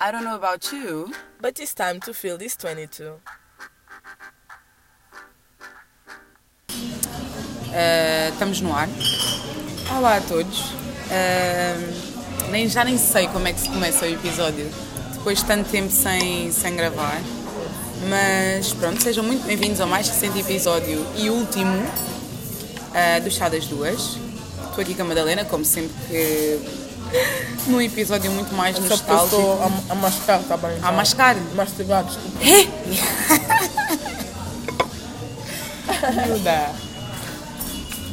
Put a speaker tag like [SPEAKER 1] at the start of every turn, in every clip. [SPEAKER 1] I don't know about you.
[SPEAKER 2] But it's time to fill this 22.
[SPEAKER 3] Uh, estamos no ar. Olá a todos. Uh, nem, já nem sei como é que se começa o episódio, depois de tanto tempo sem, sem gravar. Mas pronto, sejam muito bem-vindos ao mais recente episódio e último uh, do Chá das Duas. Estou aqui com a Madalena, como sempre, que num episódio muito mais
[SPEAKER 2] Essa
[SPEAKER 3] nostálgico.
[SPEAKER 2] pessoa a, a mascar, tá bem?
[SPEAKER 3] A mascar?
[SPEAKER 2] Mastigar, desculpa.
[SPEAKER 3] É? Ajuda.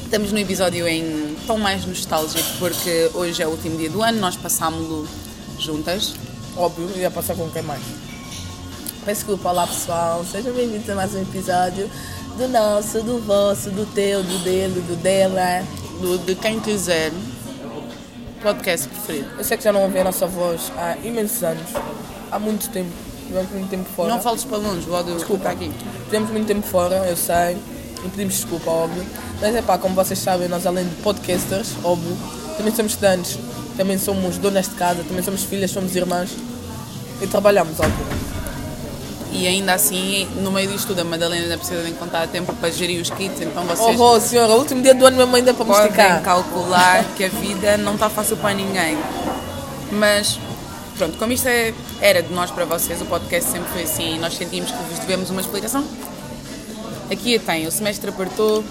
[SPEAKER 3] Estamos no episódio em tão mais nostálgico porque hoje é o último dia do ano, nós passámos-lo juntas.
[SPEAKER 2] Óbvio, ia passar com quem mais? Peço Desculpa, olá pessoal, sejam bem-vindos a mais um episódio do nosso, do vosso, do teu, do dele, do dela.
[SPEAKER 3] Do, de quem quiser. Podcast preferido.
[SPEAKER 2] Eu sei que já não ouvi a nossa voz há imensos anos, há muito tempo, tivemos muito tempo fora.
[SPEAKER 3] Não fales para longe, o áudio
[SPEAKER 2] Desculpa.
[SPEAKER 3] está aqui.
[SPEAKER 2] Tivemos muito tempo fora, eu sei, e pedimos desculpa, óbvio. Mas é pá, como vocês sabem, nós além de podcasters, óbvio, também somos estudantes, também somos donas de casa, também somos filhas, somos irmãs e trabalhamos, óbvio.
[SPEAKER 3] E ainda assim, no meio disto tudo, a Madalena ainda precisa de encontrar tempo para gerir os kits, então vocês
[SPEAKER 2] Oh, oh, senhora, o último dia do ano mesmo ainda é para
[SPEAKER 3] podem
[SPEAKER 2] masticar.
[SPEAKER 3] calcular que a vida não está fácil para ninguém. Mas pronto, como isto é- era de nós para vocês, o podcast sempre foi assim, nós sentimos que vos devemos uma explicação. Aqui a tem, o semestre apertou,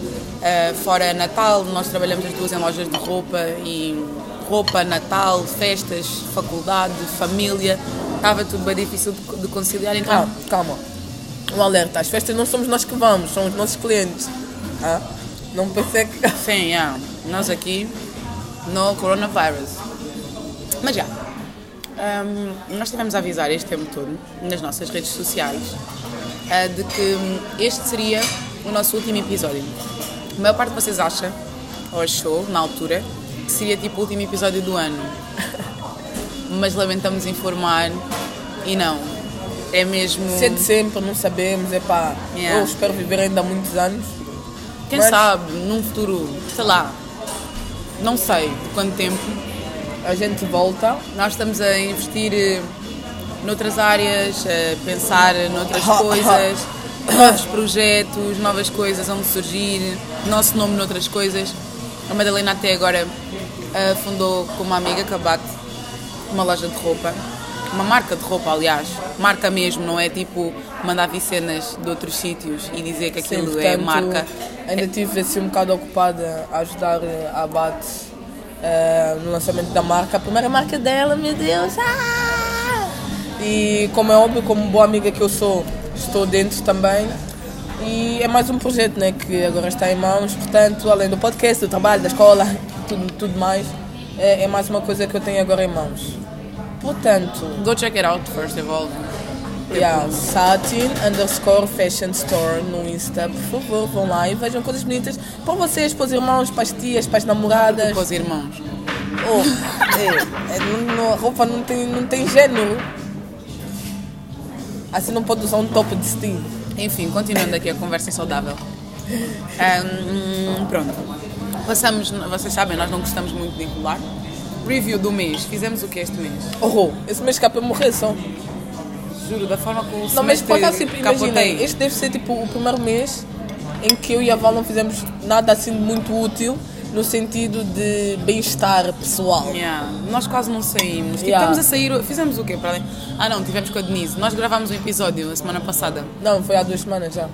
[SPEAKER 3] ah, fora Natal, nós trabalhamos as duas em lojas de roupa e roupa, Natal, festas, faculdade, família, estava tudo bem difícil de, de conciliar, então
[SPEAKER 2] Ah, calma. Um alerta, as festas não somos nós que vamos, são os nossos clientes. Ah, não pensei que.
[SPEAKER 3] Sim, é. nós aqui no coronavirus. Mas já, hum, nós tivemos a avisar este tempo todo nas nossas redes sociais ah, de que hum, este seria o nosso último episódio. A maior parte de vocês acha, ou achou na altura, que seria tipo o último episódio do ano. Mas lamentamos informar e não. É mesmo.
[SPEAKER 2] Se é de sempre, não sabemos, é pá.
[SPEAKER 3] Yeah.
[SPEAKER 2] Eu espero viver ainda há muitos anos.
[SPEAKER 3] Quem
[SPEAKER 2] Mas-
[SPEAKER 3] sabe, num futuro, sei lá, não sei quanto tempo,
[SPEAKER 2] A gente volta.
[SPEAKER 3] Nós estamos a investir eh, noutras áreas, a pensar noutras coisas, novos projetos, novas coisas onde surgir, nosso nome noutras coisas. A Madalena até agora eh, fundou com uma amiga, Cabate, uma loja de roupa, uma marca de roupa, aliás, marca mesmo, não é tipo mandar vir cenas de outros sítios e dizer que
[SPEAKER 2] Sim,
[SPEAKER 3] aquilo é
[SPEAKER 2] portanto,
[SPEAKER 3] marca.
[SPEAKER 2] Ainda estive assim um bocado ocupada a ajudar eh, a Abate eh, no lançamento da marca, a primeira marca dela, meu Deus! ah! E como é óbvio, como boa amiga que eu sou, estou dentro também. E é mais um projeto né, que agora está em mãos, portanto, além do podcast, do trabalho, da escola, tudo, tudo mais, é, é mais uma coisa que eu tenho agora em mãos. Portanto,
[SPEAKER 3] Go check it out, first of all.
[SPEAKER 2] Yeah, Satin underscore fashion store no Insta, por favor, vão lá e vejam coisas bonitas para vocês, para os irmãos, para as tias, para as namoradas.
[SPEAKER 3] Com os irmãos.
[SPEAKER 2] Oh, é, é, não- não- a roupa não tem, não tem género. Assim não pode usar um top de steam.
[SPEAKER 3] Enfim, continuando aqui a conversa saudável. Ahm, pronto. Passamos, vocês sabem, nós não gostamos muito de enrolar. Review do mês. Fizemos o que este mês?
[SPEAKER 2] Oh, esse mês escapa morrer só.
[SPEAKER 3] Juro, da forma como o
[SPEAKER 2] Não, mas
[SPEAKER 3] semestre
[SPEAKER 2] por acaso, tipo, imagina,
[SPEAKER 3] capotei.
[SPEAKER 2] este deve ser tipo o primeiro mês em que eu e a Val não fizemos nada assim de muito útil no sentido de bem-estar pessoal.
[SPEAKER 3] Yeah, Nós quase não saímos. Tipo,
[SPEAKER 2] Yeah.
[SPEAKER 3] Estamos a sair. Fizemos o quê? Para além? Ah, não, tivemos com a Denise. Nós gravámos um episódio a semana passada.
[SPEAKER 2] Não, foi há duas semanas já.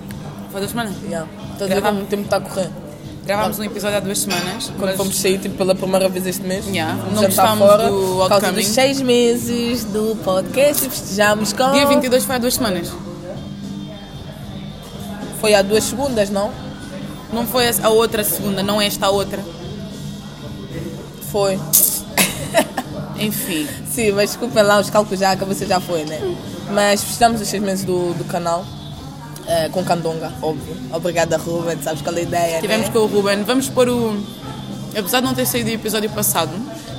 [SPEAKER 3] Foi duas semanas?
[SPEAKER 2] Yeah. Estás a ver como Então, o tempo está a correr.
[SPEAKER 3] Gravámos um episódio há duas semanas.
[SPEAKER 2] Quando
[SPEAKER 3] mas-
[SPEAKER 2] fomos sair tipo, pela primeira vez este mês,
[SPEAKER 3] Yeah.
[SPEAKER 2] fomos
[SPEAKER 3] Não
[SPEAKER 2] jantar
[SPEAKER 3] gostámos
[SPEAKER 2] fora,
[SPEAKER 3] do
[SPEAKER 2] por causa
[SPEAKER 3] outcoming.
[SPEAKER 2] dos seis meses do podcast e festejámos com.
[SPEAKER 3] Dia 22 foi há duas semanas.
[SPEAKER 2] Foi há duas segundas, não?
[SPEAKER 3] Não foi a outra segunda, não é esta a outra.
[SPEAKER 2] Foi.
[SPEAKER 3] Enfim.
[SPEAKER 2] Sim, mas desculpem lá, os cálculos já, a cabeça já foi, né? Mas festejámos os seis meses do, do canal. eh, com Candonga, óbvio. Obrigada, Ruben, sabes qual é a ideia.
[SPEAKER 3] Tivemos
[SPEAKER 2] né?
[SPEAKER 3] com o Ruben. Vamos pôr o. Apesar de não ter saído o episódio passado,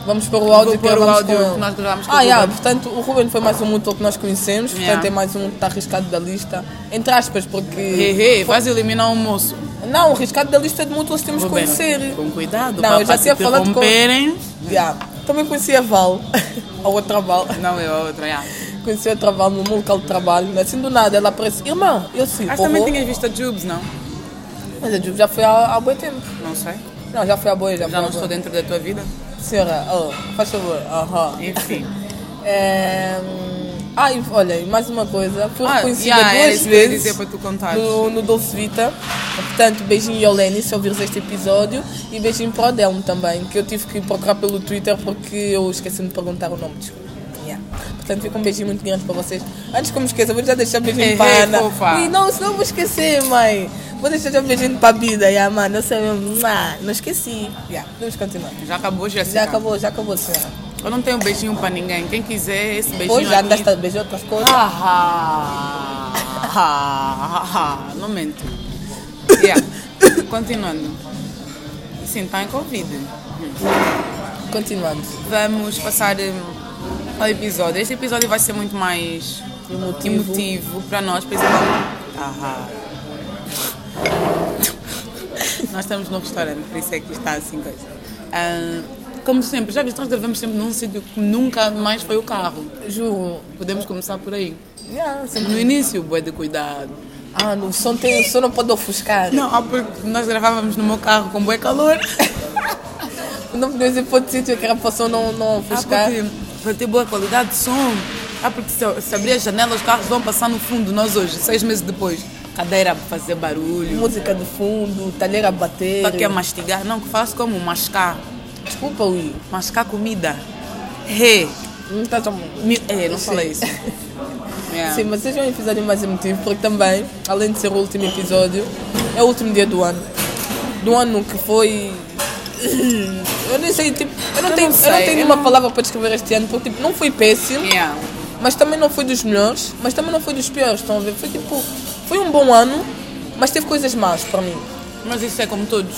[SPEAKER 2] Vamos para o áudio
[SPEAKER 3] Vou
[SPEAKER 2] que
[SPEAKER 3] pôr o
[SPEAKER 2] gravamos
[SPEAKER 3] áudio
[SPEAKER 2] com ele.
[SPEAKER 3] que nós gravámos com
[SPEAKER 2] ah,
[SPEAKER 3] o
[SPEAKER 2] yeah,
[SPEAKER 3] Ruben.
[SPEAKER 2] portanto, o Ruben foi mais um mútuo que nós conhecemos,
[SPEAKER 3] Yeah.
[SPEAKER 2] portanto é mais um que está arriscado da lista. Entre aspas, porque.
[SPEAKER 3] hehe, vais eliminar o moço.
[SPEAKER 2] Não, o riscado da lista é de mútuas temos que
[SPEAKER 3] Ruben,
[SPEAKER 2] conhecer.
[SPEAKER 3] Com cuidado,
[SPEAKER 2] Não, eu já tinha falado com-
[SPEAKER 3] romperem.
[SPEAKER 2] Yeah. Também conheci a Val, a outra Val.
[SPEAKER 3] Não, eu a outra, já.
[SPEAKER 2] conheci a trabalho no meu local de trabalho, assim do nada, ela aparece, irmã, eu
[SPEAKER 3] Acho
[SPEAKER 2] sim,
[SPEAKER 3] que Ah, também
[SPEAKER 2] horror.
[SPEAKER 3] tinhas visto a Jubes, não?
[SPEAKER 2] Mas a Ju já foi há, há bom tempo.
[SPEAKER 3] Não sei.
[SPEAKER 2] Não, já foi há boa, já, foi
[SPEAKER 3] Já
[SPEAKER 2] há
[SPEAKER 3] não
[SPEAKER 2] bué.
[SPEAKER 3] estou dentro da tua vida?
[SPEAKER 2] Senhora, oh, faz favor, aham.
[SPEAKER 3] Enfim.
[SPEAKER 2] É, hum, Ah, e olha, e mais uma coisa, fui
[SPEAKER 3] Ah,
[SPEAKER 2] reconhecida
[SPEAKER 3] yeah, era
[SPEAKER 2] duas
[SPEAKER 3] isso que eu ia
[SPEAKER 2] vezes
[SPEAKER 3] dizer para tu contares.
[SPEAKER 2] no, no Dolce Vita. Portanto, beijinho Yolene, se ouvires este episódio, e beijinho para o Delmo também, que eu tive que procurar pelo Twitter porque eu esqueci de perguntar o nome, desculpa. Yeah. Portanto, fica um beijinho muito grande para vocês. Antes que eu me esqueça, vou já deixar um beijinho
[SPEAKER 3] Ei,
[SPEAKER 2] para a
[SPEAKER 3] ei,
[SPEAKER 2] Ana.
[SPEAKER 3] É, fofa.
[SPEAKER 2] E não, senão eu vou esquecer, mãe. Vou deixar já um beijinho para a Bida, yeah, mano. Eu sei mesmo, ah, não esqueci. Yeah, vamos continuar.
[SPEAKER 3] Já acabou, Jéssica?
[SPEAKER 2] Já acabou, já acabou, senhora.
[SPEAKER 3] Eu não tenho beijinho para ninguém. Quem quiser esse beijinho é
[SPEAKER 2] Hoje já tá
[SPEAKER 3] aqui...
[SPEAKER 2] andaste a beijar outras coisas.
[SPEAKER 3] Ah, ah, ah, ah, não mento. Yeah. Continuando. Sim, está em Covid.
[SPEAKER 2] Continuando.
[SPEAKER 3] Vamos passar hum, ao episódio. Este episódio vai ser muito mais
[SPEAKER 2] Emotivo.
[SPEAKER 3] emotivo para nós, principalmente. Ah, nós estamos no restaurante, por isso é que está assim coisa. Ah, como sempre, já viste, nós gravamos sempre num sítio que nunca mais foi o carro.
[SPEAKER 2] Juro.
[SPEAKER 3] Podemos começar por aí.
[SPEAKER 2] Yeah, sempre-
[SPEAKER 3] No início, bué de cuidado.
[SPEAKER 2] Ah, o som, tem, o som não pode ofuscar.
[SPEAKER 3] Não, ah, porque nós gravávamos no meu carro com bué calor.
[SPEAKER 2] Não podemos ir para outro sítio que era para o som não, não
[SPEAKER 3] Ah,
[SPEAKER 2] ofuscar.
[SPEAKER 3] porque para ter boa qualidade de som. Ah, porque se, se abrir as janelas, os carros vão passar no fundo, nós hoje, seis meses depois. Cadeira a fazer barulho,
[SPEAKER 2] Música de fundo, talher a bater.
[SPEAKER 3] para que é mastigar. Não, que faço como mascar.
[SPEAKER 2] Desculpa, Will.
[SPEAKER 3] Mascar comida. Re.
[SPEAKER 2] Não está chamando.
[SPEAKER 3] Mi- É, não falei isso. Yeah.
[SPEAKER 2] Sim, mas seja um episódio mais emotivo, porque também, além de ser o último episódio, é o último dia do ano. Do ano que foi. Eu nem sei, tipo, eu não,
[SPEAKER 3] Eu
[SPEAKER 2] tenho,
[SPEAKER 3] não
[SPEAKER 2] eu não
[SPEAKER 3] sei,
[SPEAKER 2] tenho
[SPEAKER 3] eu
[SPEAKER 2] nenhuma
[SPEAKER 3] não-
[SPEAKER 2] palavra para descrever este ano, porque tipo, não foi péssimo.
[SPEAKER 3] Yeah.
[SPEAKER 2] mas também não foi dos melhores, mas também não foi dos piores, estão a ver? Foi tipo, foi um bom ano, mas teve coisas más para mim.
[SPEAKER 3] Mas isso é como todos.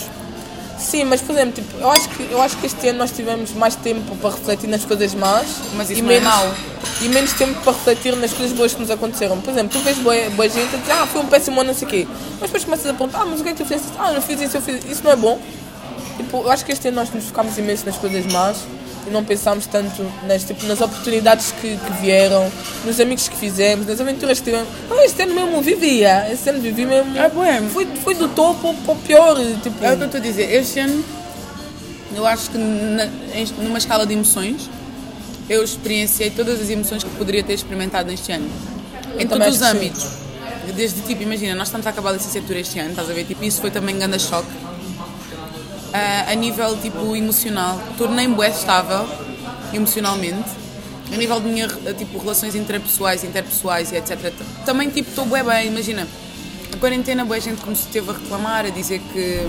[SPEAKER 2] Sim, mas por exemplo, tipo, eu acho que eu acho que este ano nós tivemos mais tempo para refletir nas coisas más,
[SPEAKER 3] Mas isso
[SPEAKER 2] e
[SPEAKER 3] não é
[SPEAKER 2] menos
[SPEAKER 3] mau.
[SPEAKER 2] e menos tempo para refletir nas coisas boas que nos aconteceram. Por exemplo, tu vês boa, boa gente a dizer, ah, foi um péssimo ano, não sei o quê. Mas depois começas a perguntar, ah, mas o que é que tu fizeste? Ah, eu não fiz isso, eu fiz isso não é bom. Tipo, eu acho que este ano nós nos focámos imenso nas coisas más e não pensámos tanto nas, tipo, nas oportunidades que, que vieram, nos amigos que fizemos, nas aventuras que tivemos. Não, este ano mesmo vivia, este ano vivi mesmo.
[SPEAKER 3] É bom.
[SPEAKER 2] Fui, fui do topo para o pior, tipo.
[SPEAKER 3] É o que eu estou a dizer. Este ano, eu acho que na- em- numa escala de emoções, eu experienciei todas as emoções que poderia ter experimentado este ano. em
[SPEAKER 2] também
[SPEAKER 3] todos os
[SPEAKER 2] acho que sim.
[SPEAKER 3] âmbitos. Desde tipo, imagina, nós estamos a acabar a licenciatura este ano, estás a ver? Tipo, isso foi também grande choque. Ah, a nível tipo emocional, tornei-me bué estável emocionalmente. A nível de minha, eh, tipo, relações interpessoais, interpessoais e etc. t- Também tipo, estou bué bem, imagina. A quarentena, bué gente como se esteve a reclamar, a dizer que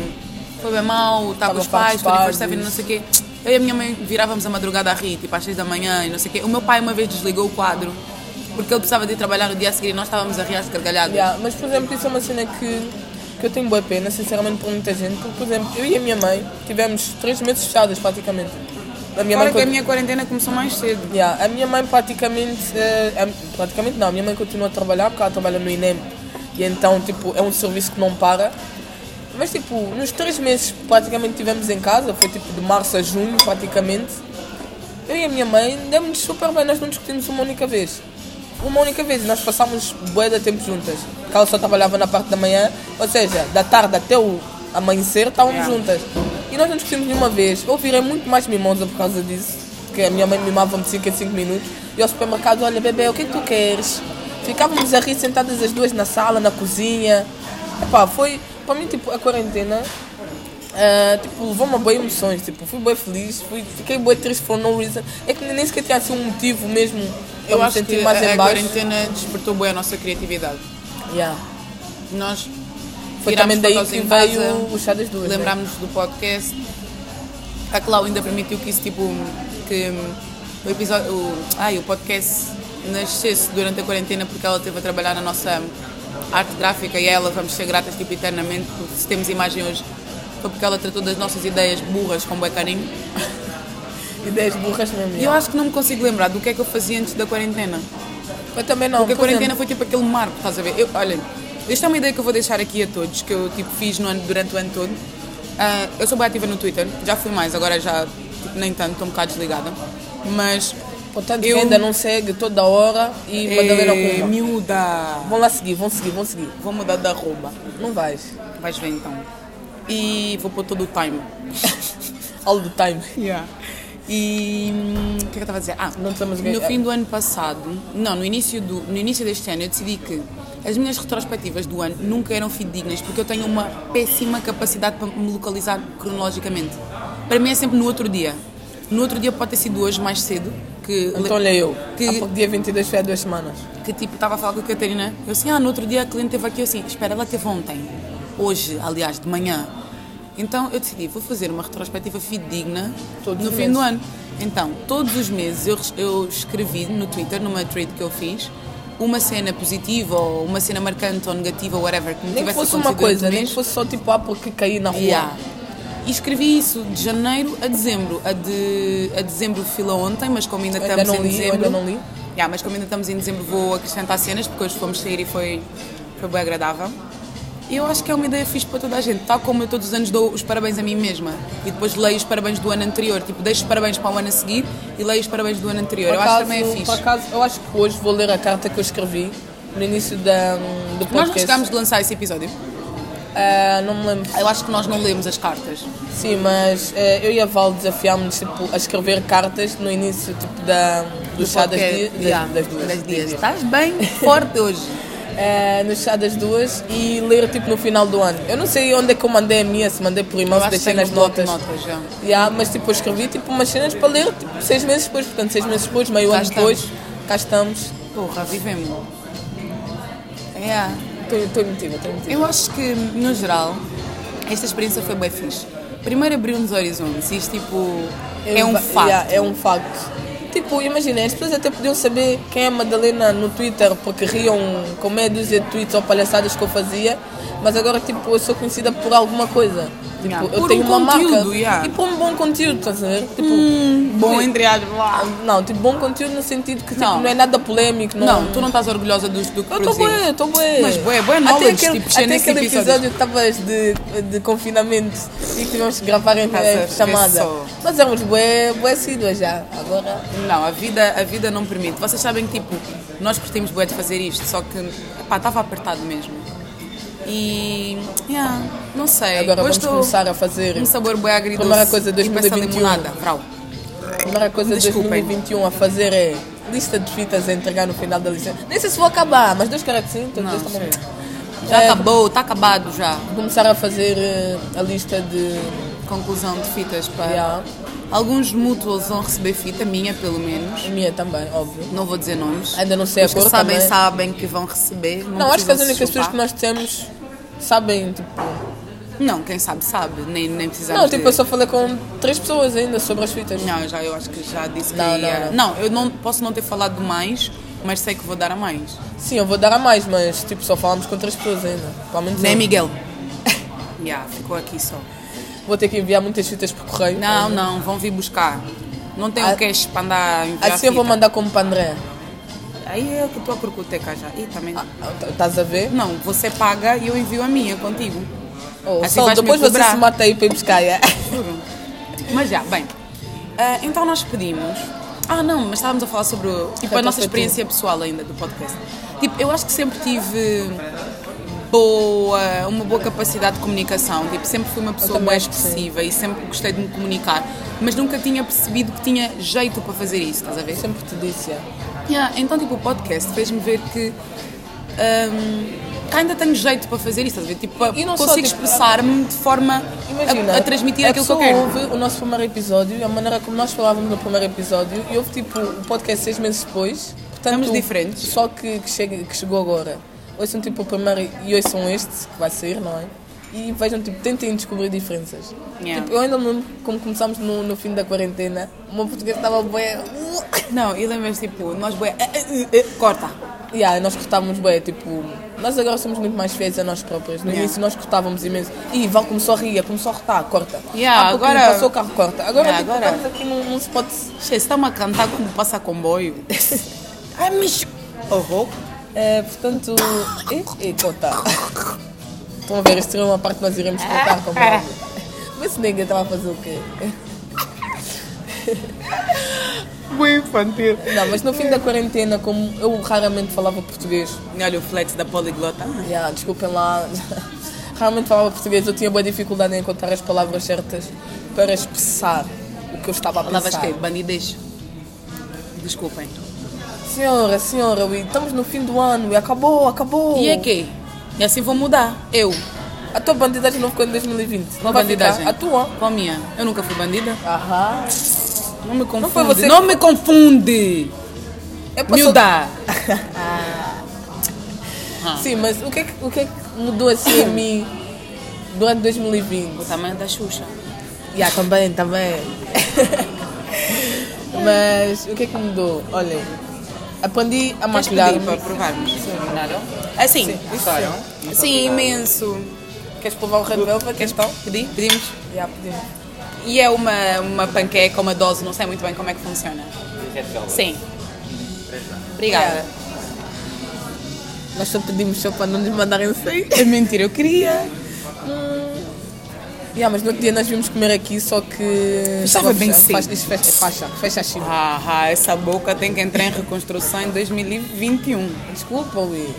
[SPEAKER 3] foi bem mal, estava com os
[SPEAKER 2] Estava
[SPEAKER 3] pais,
[SPEAKER 2] farto dos
[SPEAKER 3] 24-7, não sei o quê. Eu e a minha mãe virávamos a madrugada a rir, tipo, às 6 da manhã e não sei o quê. O meu pai uma vez desligou o quadro. Porque ele precisava de ir trabalhar no dia a seguir e nós estávamos a rir às gargalhadas.
[SPEAKER 2] Yeah, mas por exemplo, isso é uma cena que, que eu tenho boa pena, sinceramente, por muita gente. Porque, por exemplo, eu e a minha mãe tivemos três meses fechadas praticamente. A minha
[SPEAKER 3] Agora
[SPEAKER 2] mãe
[SPEAKER 3] que a
[SPEAKER 2] conti-
[SPEAKER 3] minha quarentena começou mais cedo.
[SPEAKER 2] Yeah, a minha mãe praticamente. eh, a- praticamente não, a minha mãe continua a trabalhar porque ela trabalha no INEM. E então, tipo, é um serviço que não para. Mas, tipo, nos três meses que praticamente tivemos em casa, foi tipo de março a junho praticamente. Eu e a minha mãe demos super bem, nós não discutimos uma única vez. Uma única vez, nós passámos bué de tempo juntas. Porque ela só trabalhava na parte da manhã, ou seja, da tarde até o amanhecer estávamos
[SPEAKER 3] Yeah.
[SPEAKER 2] juntas. E nós não discutimos nenhuma vez. Eu virei muito mais mimosa por causa disso, porque a minha mãe mimava-me 5 em 5 minutos. E ao supermercado, olha bebê, o que é que tu queres? Ficávamos a rir sentadas as duas na sala, na cozinha. Epá, foi, para mim, tipo, a quarentena ah, tipo, levou-me a boas emoções, tipo, fui bem feliz, fui, fiquei bem triste for no reason. É que nem sequer tinha assim um motivo mesmo para
[SPEAKER 3] Eu
[SPEAKER 2] me
[SPEAKER 3] acho
[SPEAKER 2] sentir
[SPEAKER 3] que a,
[SPEAKER 2] mais
[SPEAKER 3] a
[SPEAKER 2] em baixo.
[SPEAKER 3] quarentena despertou bem a nossa criatividade.
[SPEAKER 2] Yeah.
[SPEAKER 3] Nós
[SPEAKER 2] Foi
[SPEAKER 3] tirámos
[SPEAKER 2] também daí
[SPEAKER 3] fotos
[SPEAKER 2] que
[SPEAKER 3] em casa,
[SPEAKER 2] veio o chá das duas. né?
[SPEAKER 3] lembrámos do podcast. A Clau ainda permitiu que isso, tipo, que hum, o episódio, o, ai, o podcast nascesse durante a quarentena porque ela esteve a trabalhar na nossa arte gráfica e a ela vamos ser gratas, tipo, eternamente, porque se temos imagem hoje foi porque ela tratou das nossas ideias burras com bué carinho.
[SPEAKER 2] Ideias burras mesmo.
[SPEAKER 3] E eu
[SPEAKER 2] yeah.
[SPEAKER 3] acho que não me consigo lembrar do que é que eu fazia antes da quarentena.
[SPEAKER 2] Eu também não.
[SPEAKER 3] Porque a
[SPEAKER 2] por exemplo.
[SPEAKER 3] quarentena foi tipo aquele marco, estás a ver? Eu, olha, esta é uma ideia que eu vou deixar aqui a todos, que eu tipo, fiz no ano- durante o ano todo. Ah, eu sou bem ativa no Twitter, já fui mais, agora já tipo, nem tanto, estou um bocado desligada. Mas
[SPEAKER 2] Portanto,
[SPEAKER 3] Eu-
[SPEAKER 2] ainda não segue toda hora e Madalena
[SPEAKER 3] Ei,
[SPEAKER 2] Cunha.
[SPEAKER 3] eh, miúda!
[SPEAKER 2] Vão lá seguir, vão seguir, vão seguir.
[SPEAKER 3] Vou mudar de arroba.
[SPEAKER 2] Não vais.
[SPEAKER 3] Vais ver então. E vou pôr todo o time.
[SPEAKER 2] All the time.
[SPEAKER 3] E hum, o que é que eu estava a dizer? Ah,
[SPEAKER 2] Não estamos a
[SPEAKER 3] no
[SPEAKER 2] ganhar.
[SPEAKER 3] fim do ano passado, não, no início, do, no início deste ano, eu decidi que as minhas retrospectivas do ano nunca eram fidedignas, porque eu tenho uma péssima capacidade para me localizar cronologicamente. Para mim é sempre no outro dia. No outro dia pode ter sido hoje mais cedo, que
[SPEAKER 2] Então olha eu.
[SPEAKER 3] Que-
[SPEAKER 2] Há pouco dia 22 foi há duas semanas.
[SPEAKER 3] que tipo estava a falar com a Catarina. Eu assim, ah, no outro dia a cliente teve aqui, eu assim, espera, ela teve ontem, hoje, aliás, de manhã. Então eu decidi, vou fazer uma retrospectiva fidedigna
[SPEAKER 2] Todos
[SPEAKER 3] no
[SPEAKER 2] os
[SPEAKER 3] fim
[SPEAKER 2] meses.
[SPEAKER 3] do ano. Então, todos os meses eu, res- eu escrevi no Twitter, numa trade que eu fiz, uma cena positiva ou uma cena marcante ou negativa, whatever, que me
[SPEAKER 2] Nem que
[SPEAKER 3] tivesse
[SPEAKER 2] fosse uma
[SPEAKER 3] acontecido durante
[SPEAKER 2] coisa,
[SPEAKER 3] o
[SPEAKER 2] nem
[SPEAKER 3] mês.
[SPEAKER 2] que fosse só tipo, ah, porque caí na rua.
[SPEAKER 3] Yeah. E escrevi isso de janeiro a dezembro. A de, a dezembro fila ontem, mas como ainda
[SPEAKER 2] Eu
[SPEAKER 3] estamos
[SPEAKER 2] ainda não
[SPEAKER 3] em
[SPEAKER 2] li, eu
[SPEAKER 3] dezembro.
[SPEAKER 2] ainda não li.
[SPEAKER 3] Yeah, mas como ainda estamos em dezembro, vou acrescentar cenas, porque hoje fomos sair e foi, foi bem agradável. E eu acho que é uma ideia fixe para toda a gente, tal como eu todos os anos dou os parabéns a mim mesma e depois leio os parabéns do ano anterior. Tipo, deixo os parabéns para o ano a seguir e leio os parabéns do ano anterior.
[SPEAKER 2] Por
[SPEAKER 3] eu acho que também é
[SPEAKER 2] por
[SPEAKER 3] fixe.
[SPEAKER 2] acaso, eu acho que hoje vou ler a carta que eu escrevi no início da, do
[SPEAKER 3] Nós não
[SPEAKER 2] podcast.
[SPEAKER 3] chegámos de lançar esse episódio.
[SPEAKER 2] Ah, não me lembro.
[SPEAKER 3] Eu acho que nós não lemos as cartas.
[SPEAKER 2] Sim, mas eh, eu e a Val desafiámos tipo, a escrever cartas no início tipo, da, do chá das,
[SPEAKER 3] Qualquer-
[SPEAKER 2] dias, das,
[SPEAKER 3] Yeah,
[SPEAKER 2] das duas.
[SPEAKER 3] Das
[SPEAKER 2] dos
[SPEAKER 3] dias.
[SPEAKER 2] dias.
[SPEAKER 3] Estás bem forte hoje.
[SPEAKER 2] Eh, no chá das duas e ler tipo no final do ano. Eu não sei onde é que eu mandei a minha, se mandei por
[SPEAKER 3] Eu
[SPEAKER 2] e-mail, se
[SPEAKER 3] acho que
[SPEAKER 2] deixei
[SPEAKER 3] tenho
[SPEAKER 2] nas
[SPEAKER 3] um bloco de
[SPEAKER 2] notas.
[SPEAKER 3] notas, já.
[SPEAKER 2] Yeah, mas tipo, eu escrevi tipo, umas cenas para ler tipo, seis meses depois, portanto, seis meses depois, meio
[SPEAKER 3] Cá
[SPEAKER 2] ano depois, cá estamos.
[SPEAKER 3] Porra, vivemos. É.
[SPEAKER 2] Estou emotiva, estou emotiva.
[SPEAKER 3] Eu acho que, no geral, esta experiência foi bem fixe. Primeiro abriu-nos horizontes, isto tipo. é um
[SPEAKER 2] va-
[SPEAKER 3] fato.
[SPEAKER 2] yeah, é um facto. Tipo, imagina, as pessoas até podiam saber quem é a Madalena no Twitter, porque riam com meia dúzia de tweets ou palhaçadas que eu fazia, mas agora, tipo, eu sou conhecida por alguma coisa. Tipo,
[SPEAKER 3] Yeah,
[SPEAKER 2] eu
[SPEAKER 3] por
[SPEAKER 2] tenho
[SPEAKER 3] um
[SPEAKER 2] uma
[SPEAKER 3] conteúdo,
[SPEAKER 2] marca
[SPEAKER 3] yeah. Hum.
[SPEAKER 2] e por um bom conteúdo, estás a ver? Tipo,
[SPEAKER 3] Bom, entre aspas.
[SPEAKER 2] não, tipo, bom conteúdo no sentido que tipo, não.
[SPEAKER 3] Não.
[SPEAKER 2] é nada polémico, não.
[SPEAKER 3] Não, tu não estás orgulhosa do, do que
[SPEAKER 2] Eu estou
[SPEAKER 3] produzimos.
[SPEAKER 2] boa, eu estou boa.
[SPEAKER 3] Mas bué, bué
[SPEAKER 2] Até
[SPEAKER 3] knowledge,
[SPEAKER 2] aquele,
[SPEAKER 3] tipo, cheio
[SPEAKER 2] até
[SPEAKER 3] nesse
[SPEAKER 2] aquele episódio
[SPEAKER 3] episódio.
[SPEAKER 2] que estavas de, de confinamento e que tivemos que gravar em
[SPEAKER 3] Estás a
[SPEAKER 2] eh,
[SPEAKER 3] ver
[SPEAKER 2] chamada.
[SPEAKER 3] só.
[SPEAKER 2] Nós éramos bué, bué assíduas já. Agora...
[SPEAKER 3] Não, a vida, a vida não permite. Vocês sabem que, tipo, nós curtimos bué de fazer isto, só que, pá, estava apertado mesmo. E, yeah, não sei. Hoje
[SPEAKER 2] Agora vamos
[SPEAKER 3] estou
[SPEAKER 2] começar a fazer
[SPEAKER 3] um sabor bué agridoce.
[SPEAKER 2] Primeira coisa,
[SPEAKER 3] e com essa
[SPEAKER 2] 2021.
[SPEAKER 3] limonada, brau.
[SPEAKER 2] a primeira coisa de
[SPEAKER 3] Desculpem.
[SPEAKER 2] 2021 a fazer é lista de fitas a entregar no final da licença. Nem sei se vou acabar, mas Deus quer que sim. então
[SPEAKER 3] Não,
[SPEAKER 2] Deus também.
[SPEAKER 3] Já
[SPEAKER 2] É,
[SPEAKER 3] acabou, está acabado já.
[SPEAKER 2] Começar a fazer eh, a lista de.
[SPEAKER 3] Conclusão de fitas para.
[SPEAKER 2] Yeah.
[SPEAKER 3] Alguns mútuos vão receber fita, minha pelo menos.
[SPEAKER 2] Minha também, óbvio.
[SPEAKER 3] Não vou dizer nomes.
[SPEAKER 2] Ainda não sei a
[SPEAKER 3] Os que
[SPEAKER 2] cor
[SPEAKER 3] sabem,
[SPEAKER 2] É também.
[SPEAKER 3] sabem que vão receber. Não,
[SPEAKER 2] Não, acho que
[SPEAKER 3] precisam
[SPEAKER 2] as
[SPEAKER 3] se
[SPEAKER 2] únicas pessoas que
[SPEAKER 3] chupar.
[SPEAKER 2] nós temos sabem, tipo.
[SPEAKER 3] Não, quem sabe, sabe. Nem, nem precisamos
[SPEAKER 2] Não, tipo, eu
[SPEAKER 3] dizer.
[SPEAKER 2] só falei com três pessoas ainda sobre as fitas.
[SPEAKER 3] Não, já, eu acho que já disse que
[SPEAKER 2] Não, não,
[SPEAKER 3] ia... Não, eu não posso não ter falado mais, mas sei que vou dar a mais.
[SPEAKER 2] Sim, eu vou dar a mais, mas tipo, só falamos com três pessoas ainda. Pelo menos
[SPEAKER 3] Nem
[SPEAKER 2] eu.
[SPEAKER 3] Miguel. yeah, ficou aqui só.
[SPEAKER 2] Vou ter que enviar muitas fitas por correio.
[SPEAKER 3] Não, não, vão vir buscar. Não tenho
[SPEAKER 2] Ah,
[SPEAKER 3] cash para andar a enviar
[SPEAKER 2] Assim eu vou
[SPEAKER 3] fita.
[SPEAKER 2] mandar como para André.
[SPEAKER 3] Aí é que estou a corcoteca já. Ih, também...
[SPEAKER 2] Estás a ver?
[SPEAKER 3] Não, você paga e eu envio a minha contigo.
[SPEAKER 2] Oh,
[SPEAKER 3] Assim
[SPEAKER 2] só
[SPEAKER 3] vais-me
[SPEAKER 2] depois você
[SPEAKER 3] cobrar.
[SPEAKER 2] se mata aí para ir buscar. é?
[SPEAKER 3] Juro. Mas já, bem. Ah, então nós pedimos. Ah, não, mas estávamos a falar sobre o- tipo, a nossa
[SPEAKER 2] Retrospectiva.
[SPEAKER 3] experiência pessoal ainda do podcast. Tipo, eu acho que sempre tive boa, uma boa capacidade de comunicação. Tipo, sempre fui uma pessoa
[SPEAKER 2] também
[SPEAKER 3] mais
[SPEAKER 2] acho que sim.
[SPEAKER 3] expressiva e sempre gostei de me comunicar. Mas nunca tinha percebido que tinha jeito para fazer isso, estás a ver?
[SPEAKER 2] Sempre te disse. é.
[SPEAKER 3] Yeah, então, tipo, o podcast fez-me ver que hum, que ainda tenho jeito para fazer isso, estás a ver? Tipo,
[SPEAKER 2] E não só,
[SPEAKER 3] consigo
[SPEAKER 2] tipo,
[SPEAKER 3] expressar-me de forma a-
[SPEAKER 2] Imagina,
[SPEAKER 3] a, transmitir
[SPEAKER 2] a
[SPEAKER 3] aquilo que eu
[SPEAKER 2] pessoa
[SPEAKER 3] quero.
[SPEAKER 2] ouve o nosso primeiro episódio, e a maneira como nós falávamos no primeiro episódio, e houve tipo o podcast seis meses depois. Portanto,
[SPEAKER 3] Estamos diferentes.
[SPEAKER 2] Só que, que, chega- que chegou agora. Ouçam tipo o primeiro e ouçam este, que vai sair, não é? E vejam, tipo, tentem descobrir diferenças.
[SPEAKER 3] Yeah.
[SPEAKER 2] Tipo, eu ainda me lembro como começámos no, no fim da quarentena, o meu português estava bem.
[SPEAKER 3] Não, e lembras tipo, nós bué, eh, eh, eh, corta.
[SPEAKER 2] Yeah, nós cortávamos bem, tipo, nós agora somos muito mais fiéis a nós próprios. No
[SPEAKER 3] Yeah.
[SPEAKER 2] início nós cortávamos imenso. E Val começou a rir, começou a cortar, corta.
[SPEAKER 3] Yeah,
[SPEAKER 2] Ah, porque
[SPEAKER 3] agora-
[SPEAKER 2] Passou o carro, corta. Agora,
[SPEAKER 3] Yeah,
[SPEAKER 2] tipo,
[SPEAKER 3] agora-
[SPEAKER 2] estamos aqui num, num spot.
[SPEAKER 3] Che, está-me a cantar quando passa comboio. Ai, micho. Oh,
[SPEAKER 2] É, portanto. E, e corta. Estão a ver, isto é uma parte que nós iremos cortar como é óbvio. Mas esse nega estava a fazer o quê?
[SPEAKER 3] Bem infantil.
[SPEAKER 2] Não, mas no fim da quarentena, como eu raramente falava português,
[SPEAKER 3] Olha o flex da poliglota.
[SPEAKER 2] yeah, desculpem lá, raramente falava português, eu tinha boa dificuldade em encontrar as palavras certas para expressar o que eu estava a pensar.
[SPEAKER 3] Palavras que? Bandidez. Desculpem.
[SPEAKER 2] Senhora, senhora, e estamos no fim do ano e acabou, acabou.
[SPEAKER 3] E é que? E assim vou mudar. Eu.
[SPEAKER 2] A tua bandidagem não ficou em 2020.
[SPEAKER 3] Qual
[SPEAKER 2] vai
[SPEAKER 3] bandidagem?
[SPEAKER 2] ficar. A tua.
[SPEAKER 3] Qual a minha? Eu nunca fui bandida.
[SPEAKER 2] Aham.
[SPEAKER 3] Não me confunde. Não,
[SPEAKER 2] foi você que-
[SPEAKER 3] me confunde.
[SPEAKER 2] Eu posso-
[SPEAKER 3] Miúda.
[SPEAKER 2] Sim, mas o que, é que- o que é que mudou assim em mim durante 2020?
[SPEAKER 3] O tamanho da Xuxa.
[SPEAKER 2] Ya, também, também. Mas o que é que mudou? Olhem, aprendi a
[SPEAKER 3] Mas
[SPEAKER 2] maquilhar.
[SPEAKER 3] pedir para provarmos. Combinaram? Assim. um.
[SPEAKER 2] Gostaram?
[SPEAKER 3] Sim, imenso.
[SPEAKER 2] Queres provar o Red Velvet? Queres tal?
[SPEAKER 3] Pedi? Pedimos.
[SPEAKER 2] Já, pedimos.
[SPEAKER 3] E é uma, uma panqueca, uma dose, não sei muito bem como é que funciona. Sim. Obrigada.
[SPEAKER 2] Nós só pedimos só para não nos mandarem um sem.
[SPEAKER 3] É mentira, eu queria.
[SPEAKER 2] Ya, mas no outro dia nós vimos comer aqui, só que.
[SPEAKER 3] Estava bem
[SPEAKER 2] fechado.
[SPEAKER 3] cedo.
[SPEAKER 2] Faz- Fecha, fecha, fecha a chiva.
[SPEAKER 3] Ah, essa boca tem que entrar em reconstrução em 2021.
[SPEAKER 2] Desculpa, Ui.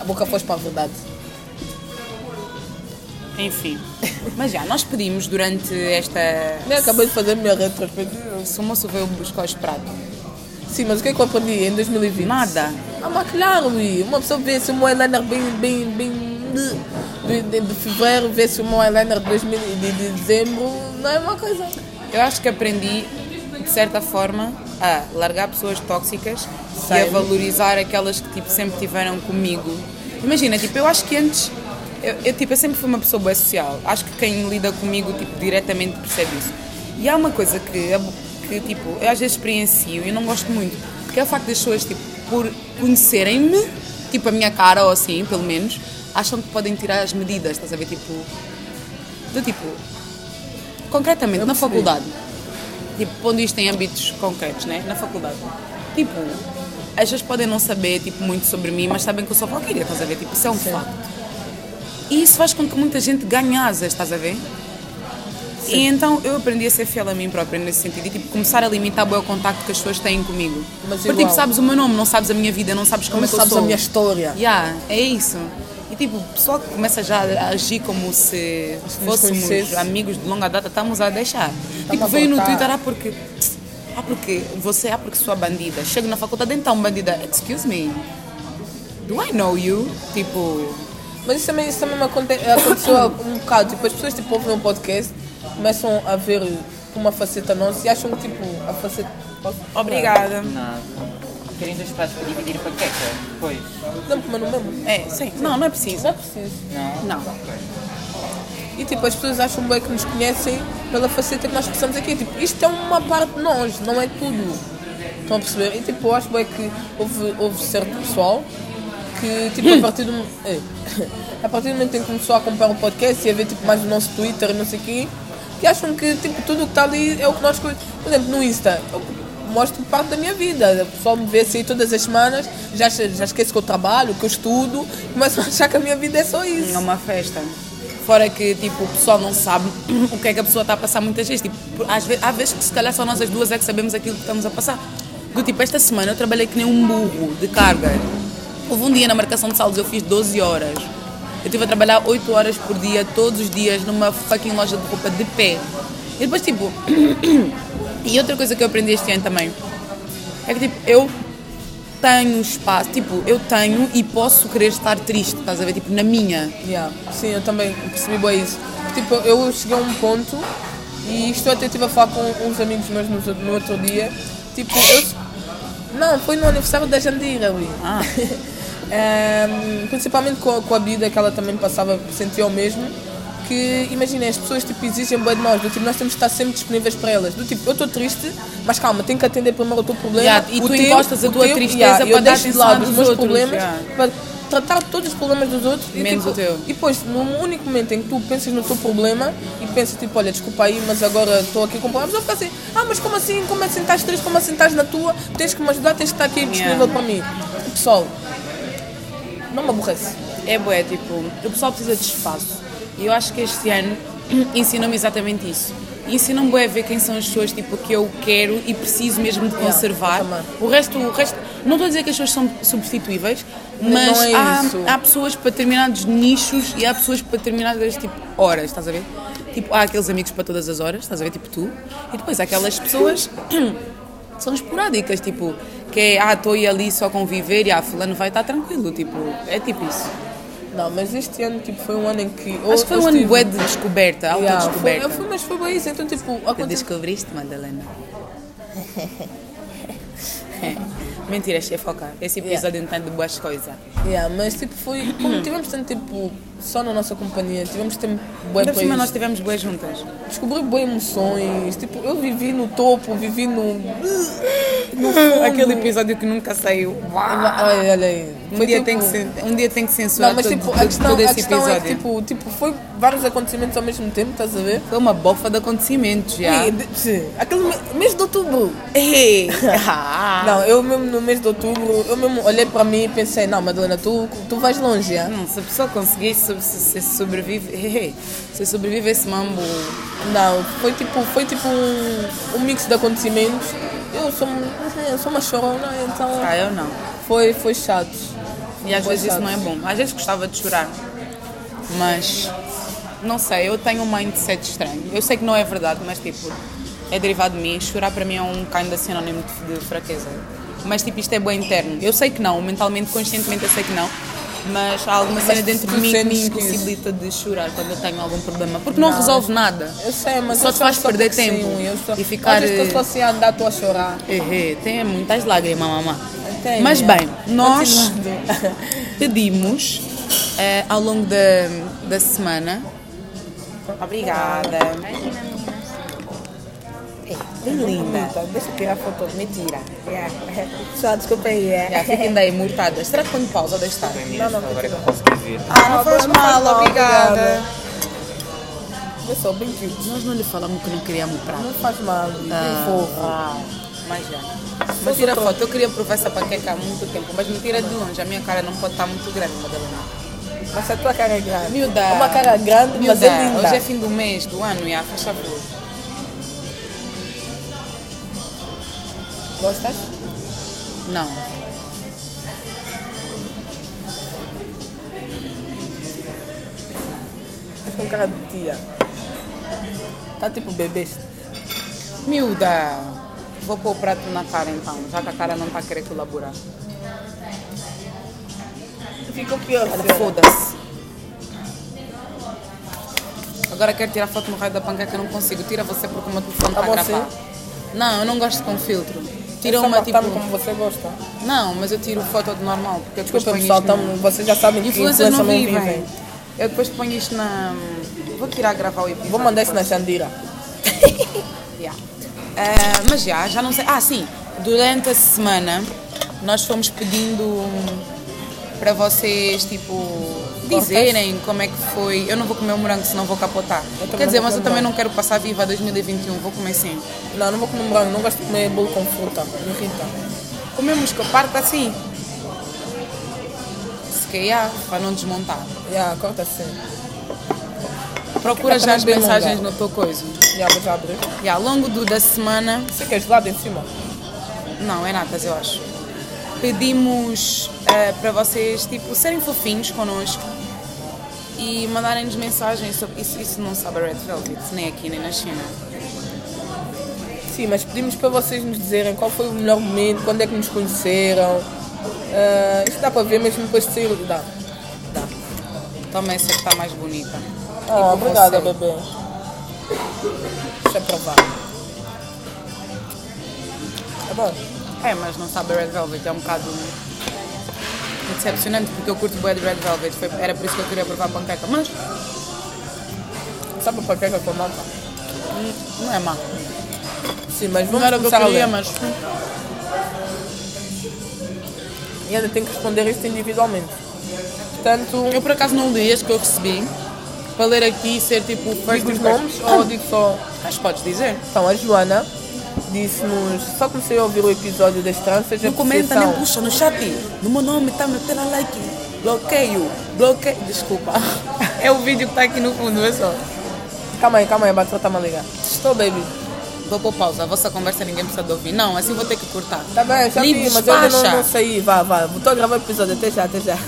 [SPEAKER 2] A boca pôs para a verdade.
[SPEAKER 3] Enfim. Mas já, nós pedimos durante esta.
[SPEAKER 2] Eu acabei de fazer a minha retrospectiva.
[SPEAKER 3] Se o moço veio buscar os pratos.
[SPEAKER 2] Sim, mas o que é que eu aprendi em 2020?
[SPEAKER 3] Nada.
[SPEAKER 2] A maquilhar, Ui. Uma pessoa vê se o meu eyeliner bem, bem, bem. De, de, de fevereiro, vê se o meu eyeliner de, 2000 e de, de dezembro, não é uma coisa.
[SPEAKER 3] Eu acho que aprendi, de certa forma, a largar pessoas tóxicas e a
[SPEAKER 2] Sério?
[SPEAKER 3] valorizar aquelas que tipo, sempre tiveram comigo. Imagina, tipo, eu acho que antes. Eu, eu, tipo, eu sempre fui uma pessoa boa social. Acho que quem lida comigo tipo, diretamente percebe isso. E há uma coisa que, que tipo, eu às vezes experiencio e não gosto muito, que é o facto das pessoas, tipo, por conhecerem-me, tipo a minha cara ou assim, pelo menos, acham que podem tirar as medidas, estás a ver? Tipo, do tipo, concretamente, na faculdade, tipo, pondo isto em âmbitos concretos, né? Na faculdade, tipo, as pessoas podem não saber, tipo, muito sobre mim, mas sabem que eu sou valquíria, estás a ver? Tipo, isso é um facto. E isso faz com que muita gente ganhe asas, estás a ver? E então eu aprendi a ser fiel a mim própria nesse sentido e tipo, começar a limitar bem o contacto que as pessoas têm comigo.
[SPEAKER 2] Mas
[SPEAKER 3] Porque
[SPEAKER 2] igual.
[SPEAKER 3] tipo, sabes o meu nome, não sabes a minha vida, não sabes como
[SPEAKER 2] Como
[SPEAKER 3] é que
[SPEAKER 2] sabes
[SPEAKER 3] eu sou.
[SPEAKER 2] a minha história.
[SPEAKER 3] Yeah, é isso. E tipo, o pessoal que começa já a agir como se
[SPEAKER 2] nos
[SPEAKER 3] fôssemos
[SPEAKER 2] conhecesse.
[SPEAKER 3] amigos de longa data, estamos a deixar. tipo,
[SPEAKER 2] a
[SPEAKER 3] veio no
[SPEAKER 2] cortar.
[SPEAKER 3] Twitter, ah porque, ah porque você, ah porque sua bandida. Chego na faculdade, então bandida, excuse me, do I know you? Tipo,
[SPEAKER 2] Mas isso também, isso também me aconte- aconteceu um bocado. Tipo, as pessoas tipo, ouvem um podcast, começam a ver uma faceta nossa e acham que tipo, a faceta. posso-
[SPEAKER 3] obrigada.
[SPEAKER 1] Nada. Querem dois pratos para dividir a panqueca? Pois.
[SPEAKER 2] Não, mas não mesmo.
[SPEAKER 3] É, sim. Não, não é preciso.
[SPEAKER 2] Não é preciso.
[SPEAKER 1] Não?
[SPEAKER 3] Não.
[SPEAKER 2] E tipo, as pessoas acham bem que nos conhecem pela faceta que nós passamos aqui. Tipo, isto é uma parte de nós, não é tudo. Estão a perceber? E tipo, eu acho bem que houve, houve certo pessoal que tipo, a partir do mo- eh, a partir do momento em que começou a acompanhar o podcast e a ver tipo, mais o nosso Twitter e não sei o quê, que acham que tipo, tudo o que está ali é o que nós conhecemos. Por exemplo, no Insta, eu mostro parte da minha vida. O pessoal me vê assim todas as semanas, já, acha- já esquece que eu trabalho, que eu estudo, começam a achar que a minha vida é só isso.
[SPEAKER 3] É uma festa. Fora que, tipo, o pessoal não sabe o que é que a pessoa está a passar muitas vezes. Tipo, por- às vezes, há vezes que se calhar só nós as duas é que sabemos aquilo que estamos a passar. Do tipo, esta semana eu trabalhei que nem um burro de carga. Houve um dia na marcação de saldos, eu fiz 12 horas. Eu estive a trabalhar 8 horas por dia, todos os dias, numa fucking loja de roupa de pé. E depois, tipo... e outra coisa que eu aprendi este ano também. É que, tipo, eu tenho espaço, tipo, eu tenho e posso querer estar triste, estás a ver? Tipo, na minha.
[SPEAKER 2] Yeah. Sim, eu também percebi bem isso. Tipo, eu cheguei a um ponto e isto eu até estive a falar com uns amigos meus no, outro- no outro dia. Tipo, eu. Não, foi no aniversário da Jandira, Luí.
[SPEAKER 3] Ah.
[SPEAKER 2] Ehm, principalmente com a, com a bebida que ela também passava, sentia o mesmo. Que imagina, as pessoas tipo, exigem bem de nós, do tipo, nós temos que estar sempre disponíveis para elas. Do tipo, eu estou triste, mas calma, tenho que atender primeiro o teu problema.
[SPEAKER 3] Yeah, e
[SPEAKER 2] o
[SPEAKER 3] tu
[SPEAKER 2] teu-
[SPEAKER 3] encostas a
[SPEAKER 2] o
[SPEAKER 3] tua
[SPEAKER 2] teu-
[SPEAKER 3] tristeza
[SPEAKER 2] yeah,
[SPEAKER 3] para
[SPEAKER 2] eu
[SPEAKER 3] dar
[SPEAKER 2] deixo de
[SPEAKER 3] atenção
[SPEAKER 2] lado os
[SPEAKER 3] dos
[SPEAKER 2] meus
[SPEAKER 3] outros,
[SPEAKER 2] problemas
[SPEAKER 3] yeah.
[SPEAKER 2] para tratar todos os problemas dos outros e,
[SPEAKER 3] Menos
[SPEAKER 2] tipo,
[SPEAKER 3] o teu.
[SPEAKER 2] E depois, no único momento em que tu pensas no teu problema e pensas tipo, olha, desculpa aí, mas agora estou aqui com problemas, eu fico assim, ah, mas como assim? Como assim estás triste? Como assim estás na tua? Tens que me ajudar, tens que estar aqui disponível para mim. Pessoal, não me aborrece.
[SPEAKER 3] É bué, tipo, o pessoal precisa de espaço. E eu acho que este ano ensinou-me exatamente isso. E ensinam-me bué a ver quem são as pessoas tipo, que eu quero e preciso mesmo de
[SPEAKER 2] Yeah,
[SPEAKER 3] conservar.
[SPEAKER 2] eu também.
[SPEAKER 3] o resto, o resto, não estou a dizer que as pessoas são substituíveis,
[SPEAKER 2] Não
[SPEAKER 3] mas
[SPEAKER 2] é
[SPEAKER 3] há,
[SPEAKER 2] isso.
[SPEAKER 3] há pessoas para determinados nichos e há pessoas para determinadas tipo, horas, estás a ver? Tipo, há aqueles amigos para todas as horas, estás a ver? Tipo tu. E depois há aquelas pessoas que são esporádicas, tipo, que é, ah, estou aí ali só conviver e ah, fulano vai estar tranquilo, tipo, é tipo isso.
[SPEAKER 2] Não, mas este ano tipo, foi um ano em que.
[SPEAKER 3] Acho que foi
[SPEAKER 2] eu
[SPEAKER 3] um ano
[SPEAKER 2] estive-
[SPEAKER 3] bué de descoberta,
[SPEAKER 2] Yeah, foi,
[SPEAKER 3] autodescoberta.
[SPEAKER 2] eu fui, mas foi bem isso. Então, tipo,
[SPEAKER 3] Tu
[SPEAKER 2] aconteceu.
[SPEAKER 3] descobriste, Madalena? É. Mentira, achei foca. Esse episódio não tem de boas coisas.
[SPEAKER 2] Yeah, mas tipo, foi. Como tivemos tanto tempo só na nossa companhia, tivemos tempo bué
[SPEAKER 3] Ainda por
[SPEAKER 2] para
[SPEAKER 3] cima
[SPEAKER 2] isso.
[SPEAKER 3] nós estivemos boas juntas.
[SPEAKER 2] Descobri boas emoções. Tipo, eu vivi no topo, vivi no.
[SPEAKER 3] Aquele episódio que nunca saiu.
[SPEAKER 2] Olha, olha aí.
[SPEAKER 3] Um
[SPEAKER 2] Foi,
[SPEAKER 3] dia,
[SPEAKER 2] tipo,
[SPEAKER 3] tem que ser, um dia tem que censurar
[SPEAKER 2] Não, mas
[SPEAKER 3] todo,
[SPEAKER 2] tipo,
[SPEAKER 3] todo-
[SPEAKER 2] a questão,
[SPEAKER 3] todo esse
[SPEAKER 2] a questão é
[SPEAKER 3] episódio.
[SPEAKER 2] que tipo, tipo, foi vários acontecimentos ao mesmo tempo, estás a ver?
[SPEAKER 3] Foi tipo, é uma bofa de acontecimentos já.
[SPEAKER 2] E, de- sim, aquele me- mês de outubro.
[SPEAKER 3] Ei! Ah.
[SPEAKER 2] Não, eu mesmo no mês de outubro, eu mesmo olhei para mim e pensei, não, Madalena, tu, tu vais longe, já.
[SPEAKER 3] Não, se a pessoa conseguir se, se, se sobrevive, hey, se sobrevive a esse mambo,
[SPEAKER 2] Não, foi tipo, foi tipo um, um mix de acontecimentos. Eu sou, eu sou uma chorona, então
[SPEAKER 3] ah, eu não.
[SPEAKER 2] foi, foi chato.
[SPEAKER 3] E às
[SPEAKER 2] Foi
[SPEAKER 3] vezes isso
[SPEAKER 2] chato.
[SPEAKER 3] não é bom. Às vezes gostava de chorar, mas não sei, eu tenho um mindset estranho. Eu sei que não é verdade, mas tipo, é derivado de mim. Chorar para mim é um kind de sinónimo de, de fraqueza. Mas tipo, isto é bom interno. Eu sei que não, mentalmente, conscientemente eu sei que não. Mas há alguma cena dentro de
[SPEAKER 2] tu
[SPEAKER 3] mim que me
[SPEAKER 2] sentes que isso-
[SPEAKER 3] impossibilita de chorar quando eu tenho algum problema. Porque não,
[SPEAKER 2] Não.
[SPEAKER 3] resolve nada.
[SPEAKER 2] Eu sei, mas
[SPEAKER 3] Só
[SPEAKER 2] eu
[SPEAKER 3] te
[SPEAKER 2] sou
[SPEAKER 3] faz
[SPEAKER 2] uma pessoa
[SPEAKER 3] perder
[SPEAKER 2] que sim,
[SPEAKER 3] tempo
[SPEAKER 2] eu sou-
[SPEAKER 3] e ficar,
[SPEAKER 2] Às vezes que eu
[SPEAKER 3] eh,
[SPEAKER 2] sou assim a andar, estou a chorar.
[SPEAKER 3] Errei, tem muitas lágrimas, mamá.
[SPEAKER 2] Tem, é.
[SPEAKER 3] Mas
[SPEAKER 2] minha.
[SPEAKER 3] bem, nós
[SPEAKER 2] Continuando.
[SPEAKER 3] pedimos eh, ao longo da, da semana. Obrigada.
[SPEAKER 4] Bem linda. Deixa eu tirar foto. Mentira. Yeah. Só desculpa aí.
[SPEAKER 2] é.
[SPEAKER 4] Yeah.
[SPEAKER 3] Já, fiquem daí, murtadas. Será que quando pausa desta?
[SPEAKER 1] Meninas, agora é que eu posso dizer.
[SPEAKER 3] Ah, não faz mal, obrigada.
[SPEAKER 2] Pessoal, bem cute.
[SPEAKER 3] Nós não lhe falamos que não queríamos prato.
[SPEAKER 2] Não faz mal, bem fofo.
[SPEAKER 3] Ah, mas já. Mas tira a foto, eu queria provar essa panqueca há muito tempo, mas me tira de longe, a minha cara não pode estar muito grande, Madalena.
[SPEAKER 2] Mas a tua cara é grande.
[SPEAKER 3] Miúda.
[SPEAKER 2] Uma cara grande, mas é linda.
[SPEAKER 3] Hoje é fim do mês, do ano, já, faz favor.
[SPEAKER 2] Gostas?
[SPEAKER 3] Não.
[SPEAKER 2] Mas
[SPEAKER 3] é um
[SPEAKER 2] com cara de tia. Tá tipo bebê.
[SPEAKER 3] Miúda, vou pôr o prato na cara então, já que a cara não está a querer colaborar.
[SPEAKER 2] Ficou pior.
[SPEAKER 3] Olha,
[SPEAKER 2] senhora.
[SPEAKER 3] foda-se. Agora quero tirar foto no raio da panqueca, não consigo. Tira você porque o meu telefone está
[SPEAKER 2] Ah,
[SPEAKER 3] a
[SPEAKER 2] você?
[SPEAKER 3] gravar. Não, eu não gosto com filtro.
[SPEAKER 2] É
[SPEAKER 3] Tira
[SPEAKER 2] só
[SPEAKER 3] uma tipo.
[SPEAKER 2] matar-me como você gosta.
[SPEAKER 3] Não, mas eu tiro foto de normal. Porque depois
[SPEAKER 2] Desculpa,
[SPEAKER 3] ponho
[SPEAKER 2] pessoal,
[SPEAKER 3] isto na-
[SPEAKER 2] tamo, vocês já sabem que
[SPEAKER 3] Influencers não
[SPEAKER 2] influencer
[SPEAKER 3] vivem. Eu depois ponho isto na. Vou tirar a gravar o episódio.
[SPEAKER 2] Vou mandar isso na Xandira.
[SPEAKER 3] Yeah. Ah, mas já, já não sei. Ah, sim. Durante a semana nós fomos pedindo hum, para vocês, tipo, dizerem como é que foi. Eu não vou comer o morango, senão vou capotar.
[SPEAKER 2] também
[SPEAKER 3] Quer dizer,
[SPEAKER 2] não vou
[SPEAKER 3] mas eu
[SPEAKER 2] comer
[SPEAKER 3] também não quero passar viva 2021, vou comer sim.
[SPEAKER 2] Não, não vou comer morango, não gosto de comer bolo com fruta. Me irrita.
[SPEAKER 3] Comemos que eu parto assim. Se calhar, para não desmontar.
[SPEAKER 2] Yeah, corta assim.
[SPEAKER 3] Procura
[SPEAKER 2] Fica
[SPEAKER 3] já as
[SPEAKER 2] também bem
[SPEAKER 3] mensagens
[SPEAKER 2] longa.
[SPEAKER 3] no teu coisa.
[SPEAKER 2] Yeah, vou já abrir.
[SPEAKER 3] E ao longo do, da semana
[SPEAKER 2] Você quer gelado em cima?
[SPEAKER 3] Não, é natas, eu acho. Pedimos eh, para vocês, tipo, serem fofinhos connosco e mandarem-nos mensagens sobre isso. Isso não sabe a Red Velvet, nem aqui, nem na China.
[SPEAKER 2] Sim, mas pedimos para vocês nos dizerem qual foi o melhor momento, quando é que nos conheceram. Ah, isso dá para ver mesmo depois de sair. Dá. Dá.
[SPEAKER 3] Toma essa que está mais bonita.
[SPEAKER 2] Oh,
[SPEAKER 3] E com
[SPEAKER 2] obrigada,
[SPEAKER 3] você?
[SPEAKER 2] bebê. Deixa eu provar. É bom?
[SPEAKER 3] É, mas não sabe a Red Velvet, é um bocado decepcionante porque eu curto bué de Red Velvet, foi- era por isso que eu queria provar a panqueca, mas
[SPEAKER 2] Sabe a panqueca com nata?
[SPEAKER 3] hum, não é má.
[SPEAKER 2] Sim, mas
[SPEAKER 3] Não
[SPEAKER 2] vamos
[SPEAKER 3] era o que eu
[SPEAKER 2] começar a
[SPEAKER 3] queria,
[SPEAKER 2] ler.
[SPEAKER 3] mas
[SPEAKER 2] E ainda tenho que responder isto individualmente. Portanto,
[SPEAKER 3] eu por acaso não li as que eu recebi para ler aqui e ser tipo first
[SPEAKER 2] digo os
[SPEAKER 3] impression.
[SPEAKER 2] nomes ou digo só...
[SPEAKER 3] Mas podes dizer.
[SPEAKER 2] Então, a Joana disse-nos... Só comecei a ouvir o episódio das tranças.
[SPEAKER 3] Não
[SPEAKER 2] a
[SPEAKER 3] comenta,
[SPEAKER 2] percepção-
[SPEAKER 3] nem puxa no chat. No meu nome tá metendo like. Bloqueio, bloqueio. Desculpa. É o vídeo que tá aqui no fundo, é só.
[SPEAKER 2] Calma aí, calma aí, a batata está-me a ligar. Estou, baby.
[SPEAKER 3] Vou pôr pausa, a vossa conversa ninguém precisa de ouvir. Não, assim vou ter que cortar.
[SPEAKER 2] Tá bem, já
[SPEAKER 3] Me
[SPEAKER 2] vi, mas eu ainda não,
[SPEAKER 3] despacha.
[SPEAKER 2] não saí. Vá, vá. Estou a gravar o episódio. Até já, até já.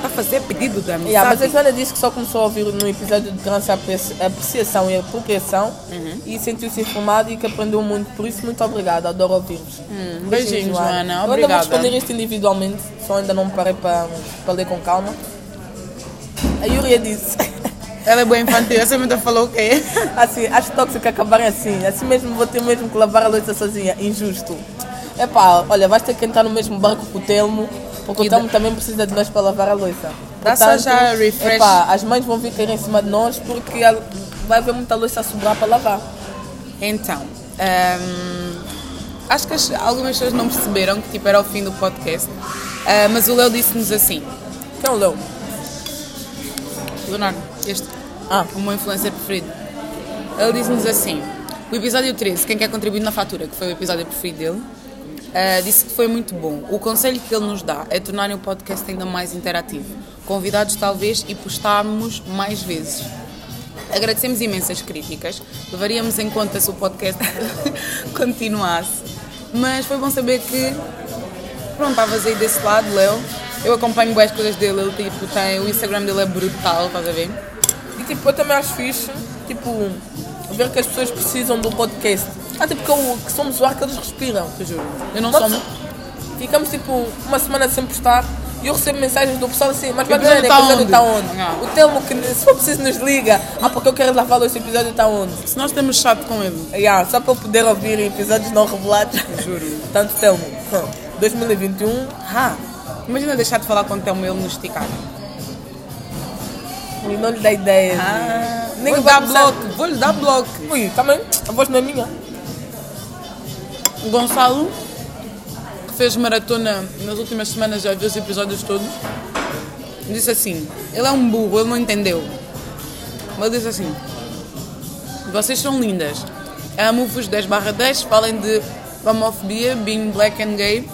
[SPEAKER 3] Tá a fazer pedido de amizade.
[SPEAKER 2] Yeah, mas a Joana disse que só começou a ouvir no episódio de transapreciação e apropriação
[SPEAKER 3] Uhum.
[SPEAKER 2] e sentiu-se informada e que aprendeu muito. Por isso, muito obrigada. Adoro ouvir-vos.
[SPEAKER 3] Hum, beijinho, Joana.
[SPEAKER 2] Eu ainda vou
[SPEAKER 3] Obrigada.
[SPEAKER 2] responder isto individualmente, só ainda não parei para, para ler com calma. A Yuria disse.
[SPEAKER 3] Ela é boa infantil, essa menina falou o quê?
[SPEAKER 2] Assim, as tóxicas acabarem assim, assim mesmo vou ter mesmo que lavar a louça sozinha, injusto. É pá, olha, vais ter que entrar no mesmo barco com o Telmo, porque
[SPEAKER 3] E
[SPEAKER 2] o Telmo também precisa de nós para lavar a louça.
[SPEAKER 3] Dá só já refresh.
[SPEAKER 2] Epá, as mães vão vir cair em cima de nós porque a- vai haver muita louça a sobrar para lavar.
[SPEAKER 3] Então, hum, acho que as- algumas pessoas não perceberam que tipo, era o fim do podcast, Ah, mas o Léo disse-nos assim:
[SPEAKER 2] Então, Léo,
[SPEAKER 3] Leonardo, este
[SPEAKER 2] Ah.
[SPEAKER 3] o meu influencer preferido, ele disse-nos assim: o episódio 13, quem quer contribuir na fatura, que foi o episódio preferido dele, ah, disse que foi muito bom. O conselho que ele nos dá é tornarem o podcast ainda mais interativo, convidados talvez e postarmos mais vezes. Agradecemos imensas críticas, levaríamos em conta se o podcast continuasse, mas foi bom saber que Pronto, estavas aí desse lado, Léo. Eu acompanho boas coisas dele, ele tipo, tem, o Instagram dele é brutal, estás a ver?
[SPEAKER 2] E tipo, eu também acho fixe, tipo, ver que as pessoas precisam do podcast. Até porque eu- que somos o ar que eles respiram, te juro.
[SPEAKER 3] Eu não
[SPEAKER 2] Nós
[SPEAKER 3] sou-
[SPEAKER 2] Ficamos tipo uma semana sem postar e eu recebo mensagens do pessoal assim, mas
[SPEAKER 3] O
[SPEAKER 2] vai ver,
[SPEAKER 3] episódio tá
[SPEAKER 2] episódio
[SPEAKER 3] onde?
[SPEAKER 2] está onde?
[SPEAKER 3] Ah.
[SPEAKER 2] O Telmo que se for preciso nos liga. Ah, porque eu quero lavar esse episódio está onde? Ah,
[SPEAKER 3] Se nós temos chato com ele,
[SPEAKER 2] Yeah, só para eu poder ouvir episódios não revelados.
[SPEAKER 3] Juro.
[SPEAKER 2] Tanto Telmo. hum, 2021.
[SPEAKER 3] ah, imagina deixar de falar com o Telmo e ele nos esticar.
[SPEAKER 2] E não lhe dá ideia.
[SPEAKER 3] nem vou
[SPEAKER 2] que
[SPEAKER 3] lhe Ah, dar
[SPEAKER 2] vai começar-
[SPEAKER 3] bloco, vou lhe dar bloco.
[SPEAKER 2] Ui, também, a voz não é minha.
[SPEAKER 3] O Gonçalo, que fez maratona nas últimas semanas, já viu os episódios todos, disse assim: ele é um burro, ele não entendeu. Mas Ele disse assim: vocês são lindas, amo-vos 10 barra 10, falem de homofobia, being black and gay,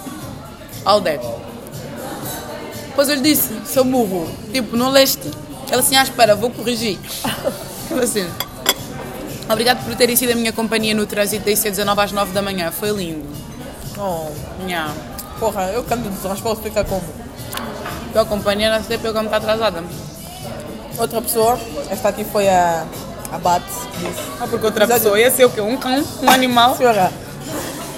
[SPEAKER 3] all that. Depois eu lhe disse: seu burro, tipo, não leste. Ela assim: ah, espera, vou corrigir. Ele assim. Obrigado por terem sido a minha companhia no trânsito desde 19 às 9 da manhã. Foi lindo.
[SPEAKER 2] Oh,
[SPEAKER 3] Nha.
[SPEAKER 2] porra, eu canto de transporte fica como?
[SPEAKER 3] Tua companheira sempre pegou me está tá atrasada.
[SPEAKER 2] Outra pessoa, esta aqui foi a, a Bat, que disse.
[SPEAKER 3] Ah, porque outra
[SPEAKER 2] Episódio-
[SPEAKER 3] pessoa ia ser o quê? Um cão? Um animal?
[SPEAKER 2] Senhora,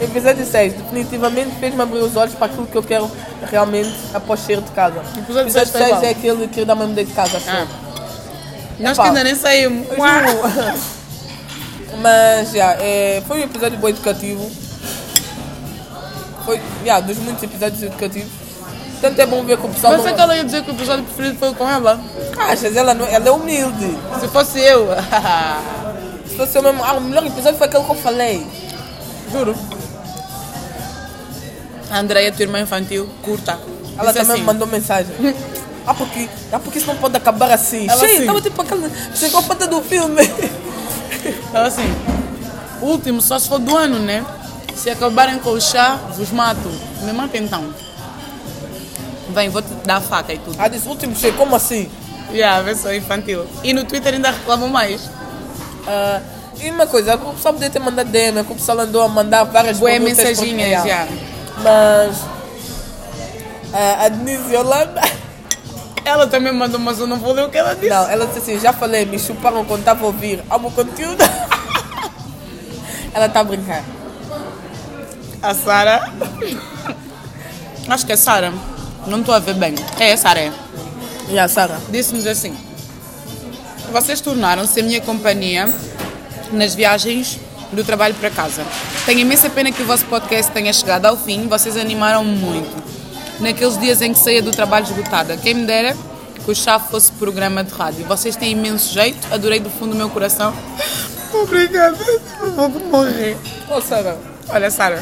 [SPEAKER 2] episódio 6, definitivamente fez-me abrir os olhos para aquilo que eu quero realmente após sair de casa.
[SPEAKER 3] Episódio seis
[SPEAKER 2] Episódio
[SPEAKER 3] tá
[SPEAKER 2] 6
[SPEAKER 3] igual.
[SPEAKER 2] é aquele que eu também mudei de casa, acho.
[SPEAKER 3] Ah. Nós
[SPEAKER 2] Epá.
[SPEAKER 3] que ainda nem saímos.
[SPEAKER 2] Eu
[SPEAKER 3] Uau.
[SPEAKER 2] juro. Mas, já, é, foi um episódio bom educativo. Foi, já, dos muitos episódios educativos. Tanto é bom ver que o pessoal
[SPEAKER 3] Mas sei que ela ia é dizer que o episódio preferido foi com ela.
[SPEAKER 2] Achas, ela, não- ela é humilde.
[SPEAKER 3] Se fosse eu.
[SPEAKER 2] Se fosse eu mesmo, ah, o melhor episódio foi aquele que eu falei.
[SPEAKER 3] Juro. A Andrea, tua irmã infantil, curta.
[SPEAKER 2] Ela
[SPEAKER 3] Disse
[SPEAKER 2] também
[SPEAKER 3] assim,
[SPEAKER 2] me mandou mensagem. Ah, porque, ah, porque isso não pode acabar assim.
[SPEAKER 3] Ela
[SPEAKER 2] Ela
[SPEAKER 3] assim.
[SPEAKER 2] estava tipo aquela psicopata do filme.
[SPEAKER 3] Ela assim. O último, só se for do ano, né? Se acabarem com o chá, vos mato. Me mata então. Vem, vou te dar a faca e tudo.
[SPEAKER 2] Ah, disse, último cheio, como assim?
[SPEAKER 3] Yeah, a versão infantil. E no Twitter ainda reclamam mais.
[SPEAKER 2] Ah, e uma coisa, o pessoal podia ter mandado DM, é que o pessoal andou a mandar várias
[SPEAKER 3] Boé
[SPEAKER 2] perguntas
[SPEAKER 3] mensaginhas,
[SPEAKER 2] porque-
[SPEAKER 3] já.
[SPEAKER 2] Mas ah, a Denise Yolanda.
[SPEAKER 3] Ela também mandou, mas eu não vou ler o que ela disse.
[SPEAKER 2] Não, ela disse assim, já falei, me chuparam quando estava a ouvir. Amo o conteúdo. ela está a brincar.
[SPEAKER 3] A Sara. Acho que é Sara. Não estou a ver bem. É, é Sara. é.
[SPEAKER 2] E a Sara?
[SPEAKER 3] Disse-nos assim: Vocês tornaram-se a minha companhia nas viagens do trabalho para casa. Tenho imensa pena que o vosso podcast tenha chegado ao fim, vocês animaram-me muito. Naqueles dias em que saía do trabalho esgotada, quem me dera que o chá fosse programa de rádio. Vocês têm imenso jeito, adorei do fundo do meu coração. Obrigada, vou morrer.
[SPEAKER 2] Oh, Sara.
[SPEAKER 3] Olha, Sara,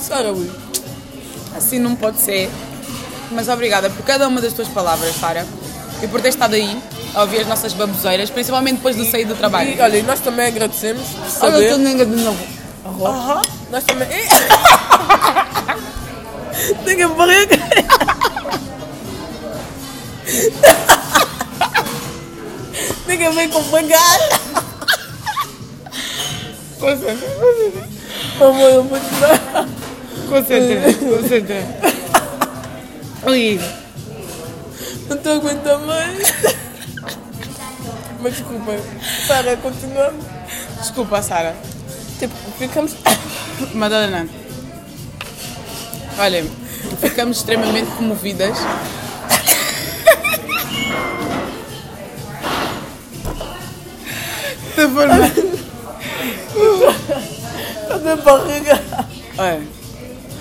[SPEAKER 2] Sara, ui.
[SPEAKER 3] assim não pode ser. Mas obrigada por cada uma das tuas palavras, Sara, e por ter estado aí a ouvir as nossas baboseiras, principalmente depois do sair do trabalho.
[SPEAKER 2] E olha, e nós também agradecemos por
[SPEAKER 3] Olha, eu
[SPEAKER 2] saber.
[SPEAKER 3] estou de novo.
[SPEAKER 2] Aham. Nós também. Tenho barriga. Ninguém vem com bagagem.
[SPEAKER 3] Concentra,
[SPEAKER 2] Amor, eu vou te dar.
[SPEAKER 3] concentra, concentra. Ui,
[SPEAKER 2] Não tô aguentando mais. Mas desculpa. Sara, continuando.
[SPEAKER 3] desculpa, Sara.
[SPEAKER 2] Tipo, ficamos.
[SPEAKER 3] Madalena, olha, ficamos extremamente comovidas. Da forma.
[SPEAKER 2] Eu tenho barriga.
[SPEAKER 3] Olha, É.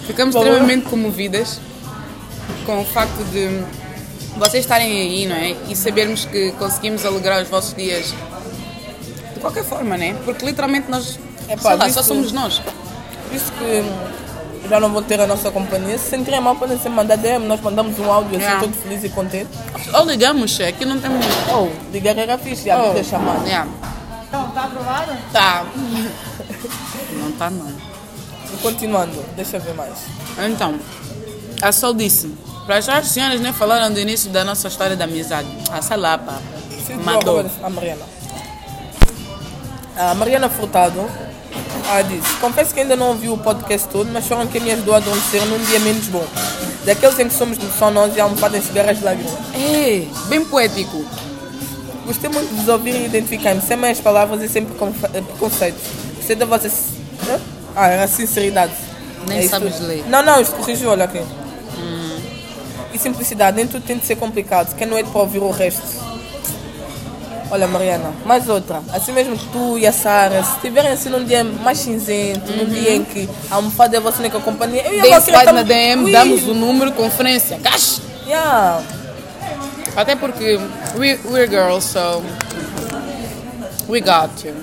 [SPEAKER 3] ficamos
[SPEAKER 2] Por favor.
[SPEAKER 3] extremamente comovidas com o facto de vocês estarem aí, não é? E sabermos que conseguimos alegrar os vossos dias de qualquer forma, né? Porque literalmente nós,
[SPEAKER 2] Epá,
[SPEAKER 3] sei lá,
[SPEAKER 2] disso-
[SPEAKER 3] só somos nós.
[SPEAKER 2] Visto que já não vão ter a nossa companhia, se sentirem mal podem sempre mandar DM. Nós mandamos um áudio assim,
[SPEAKER 3] Yeah.
[SPEAKER 2] todo feliz e contente.
[SPEAKER 3] Ou ligamos, é que não temos. Oh,
[SPEAKER 2] Ou ligar era fixe, a vida é chamada.
[SPEAKER 3] Yeah.
[SPEAKER 1] Então, tá aprovado?
[SPEAKER 3] Tá. Não tá não.
[SPEAKER 2] E Continuando, deixa eu ver mais.
[SPEAKER 3] Então, a Sol disse, para já as senhoras nem falaram do início da nossa história da amizade. Ah, A Salapa
[SPEAKER 2] Sim,
[SPEAKER 3] mandou.
[SPEAKER 2] A Mariana. A Mariana Furtado ah, disse: Confesso que ainda não ouvi o podcast todo, mas choram que minhas duas adormeceram num dia menos bom. Daqueles em que somos só nós e a almofada enxugar as lágrimas.
[SPEAKER 3] Ei, bem poético.
[SPEAKER 2] Gostei muito de vos ouvir e identificar-me, sem mais palavras e sem preconfe- eh, preconceitos. Gostei da vossa. s- Hã? Ah, era sinceridade.
[SPEAKER 3] Nem
[SPEAKER 2] isso
[SPEAKER 3] sabes
[SPEAKER 2] tudo.
[SPEAKER 3] ler.
[SPEAKER 2] Não, não, isto corrigiu, olha aqui. E simplicidade, nem tudo tem de ser complicado. Quem não é de para ouvir o resto? Olha, Mariana, mais outra. Assim mesmo que tu e a Sara, se tiverem assim num dia mais cinzento,
[SPEAKER 3] Uhum.
[SPEAKER 2] num dia em que a almofada é a vossa única companhia, eu e
[SPEAKER 3] Dei
[SPEAKER 2] ela
[SPEAKER 3] slide na
[SPEAKER 2] queremos-
[SPEAKER 3] DM,
[SPEAKER 2] Ui,
[SPEAKER 3] damos o número, conferência, cash!
[SPEAKER 2] yeah.
[SPEAKER 3] Até porque we, we're girls, so we got you.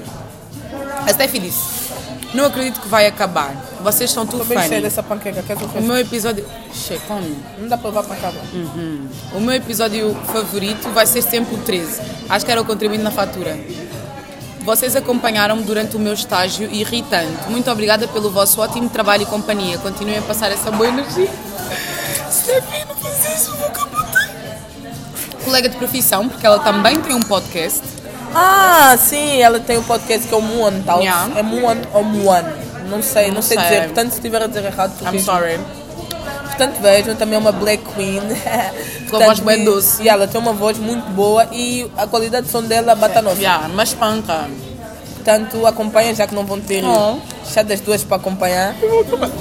[SPEAKER 3] A Steffi disse, não acredito que vai acabar. Vocês são tudo
[SPEAKER 2] Tô bem cheia
[SPEAKER 3] funny.
[SPEAKER 2] dessa panqueca, queres o
[SPEAKER 3] O
[SPEAKER 2] resto?
[SPEAKER 3] meu episódio... Che, come.
[SPEAKER 2] Não dá para levar para casa.
[SPEAKER 3] O meu episódio favorito vai ser sempre o 13. Acho que era o contribuinte na fatura. Vocês acompanharam-me durante o meu estágio irritante. Muito obrigada pelo vosso ótimo trabalho e companhia. Continuem a passar essa boa energia. Steffi, não fiz isso, vou capotar. Colega de profissão, porque ela também tem um podcast.
[SPEAKER 2] Ah, sim, ela tem o podcast que é o Muan tal.
[SPEAKER 3] Yeah.
[SPEAKER 2] É Muan ou Muan. Não sei, não,
[SPEAKER 3] Não
[SPEAKER 2] sei,
[SPEAKER 3] sei.
[SPEAKER 2] dizer. Portanto, se estiver a dizer errado,
[SPEAKER 3] I'm
[SPEAKER 2] corrijo.
[SPEAKER 3] sorry.
[SPEAKER 2] Portanto, vejam, também é uma black queen.
[SPEAKER 3] Com a
[SPEAKER 2] Portanto,
[SPEAKER 3] voz bem
[SPEAKER 2] e-
[SPEAKER 3] doce.
[SPEAKER 2] E ela tem uma voz muito boa e a qualidade de som dela bata a nossa.
[SPEAKER 3] Yeah, mas panca.
[SPEAKER 2] Portanto, acompanhem, já que não vão ter
[SPEAKER 3] Oh.
[SPEAKER 2] chá das duas para acompanhar.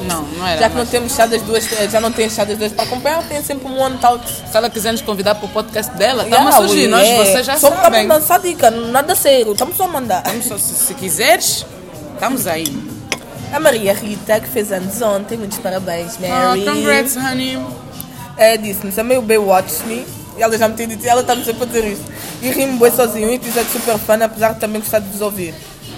[SPEAKER 3] Não, não era.
[SPEAKER 2] Já que
[SPEAKER 3] mas-
[SPEAKER 2] não temos chá das duas, eh, já não tem chá das duas para acompanhar, tem sempre um One Talks.
[SPEAKER 3] Se ela quiser nos convidar para o podcast dela, está a
[SPEAKER 2] Yeah,
[SPEAKER 3] surgir. Então, Nós,
[SPEAKER 2] mulher.
[SPEAKER 3] vocês já
[SPEAKER 2] só
[SPEAKER 3] sabem.
[SPEAKER 2] Estamos a lançar dica, nada sério, estamos só a mandar.
[SPEAKER 3] Estamos só- se- se quiseres, estamos aí.
[SPEAKER 2] A Maria Rita, que fez anos ontem, muitos parabéns,
[SPEAKER 3] Ah,
[SPEAKER 2] Mary.
[SPEAKER 3] congrats, honey.
[SPEAKER 2] é, Disse-nos, amei o Baywatch Me. E Ela já me tem dito, ela está-me sempre a dizer isto. E rimo bem sozinho, um episódio super fã, apesar de também gostar de vos ouvir.